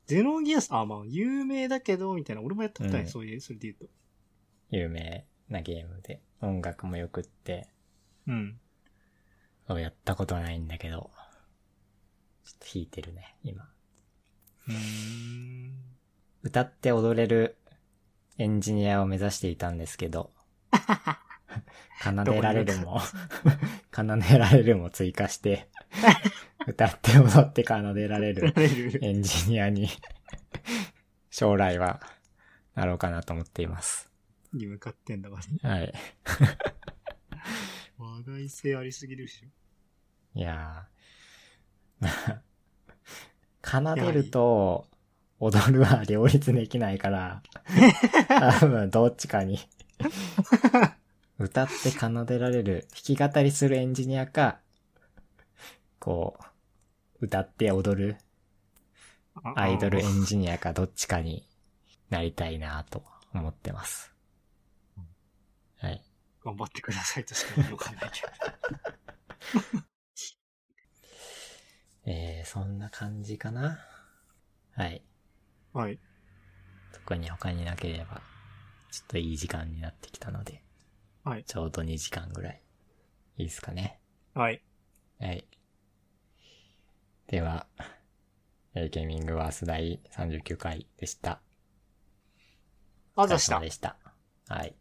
ゼノギアス、あ、まあ、有名だけど、みたいな。俺もやったことない、うんそういう、それで言うと。有名なゲームで、音楽も良くって、うん。そうやったことはないんだけど、ちょっと弾いてるね、今。うーん。歌って踊れるエンジニアを目指していたんですけど、奏でられるも、奏でられるも追加して、歌って踊って奏でられるレベルエンジニアに、将来はなろうかなと思っています。に向かってんだから。はい。話題性ありすぎるでしょ。いやー。 奏でると、踊るは両立できないから、多分どっちかに。歌って奏でられる、弾き語りするエンジニアか、こう、歌って踊るあアイドルエあンジニアかどっちかになりたいなと思ってます。はい。頑張ってくださいとしか言いようがないけど。えー、そんな感じかな。はい。はい。特に他になければ、ちょっといい時間になってきたので、はいちょうど2時間ぐらい。いいですかね。はい。はい。では、えーゲーミングワース第39回でした。あざしお疲たれ様。でした。はい。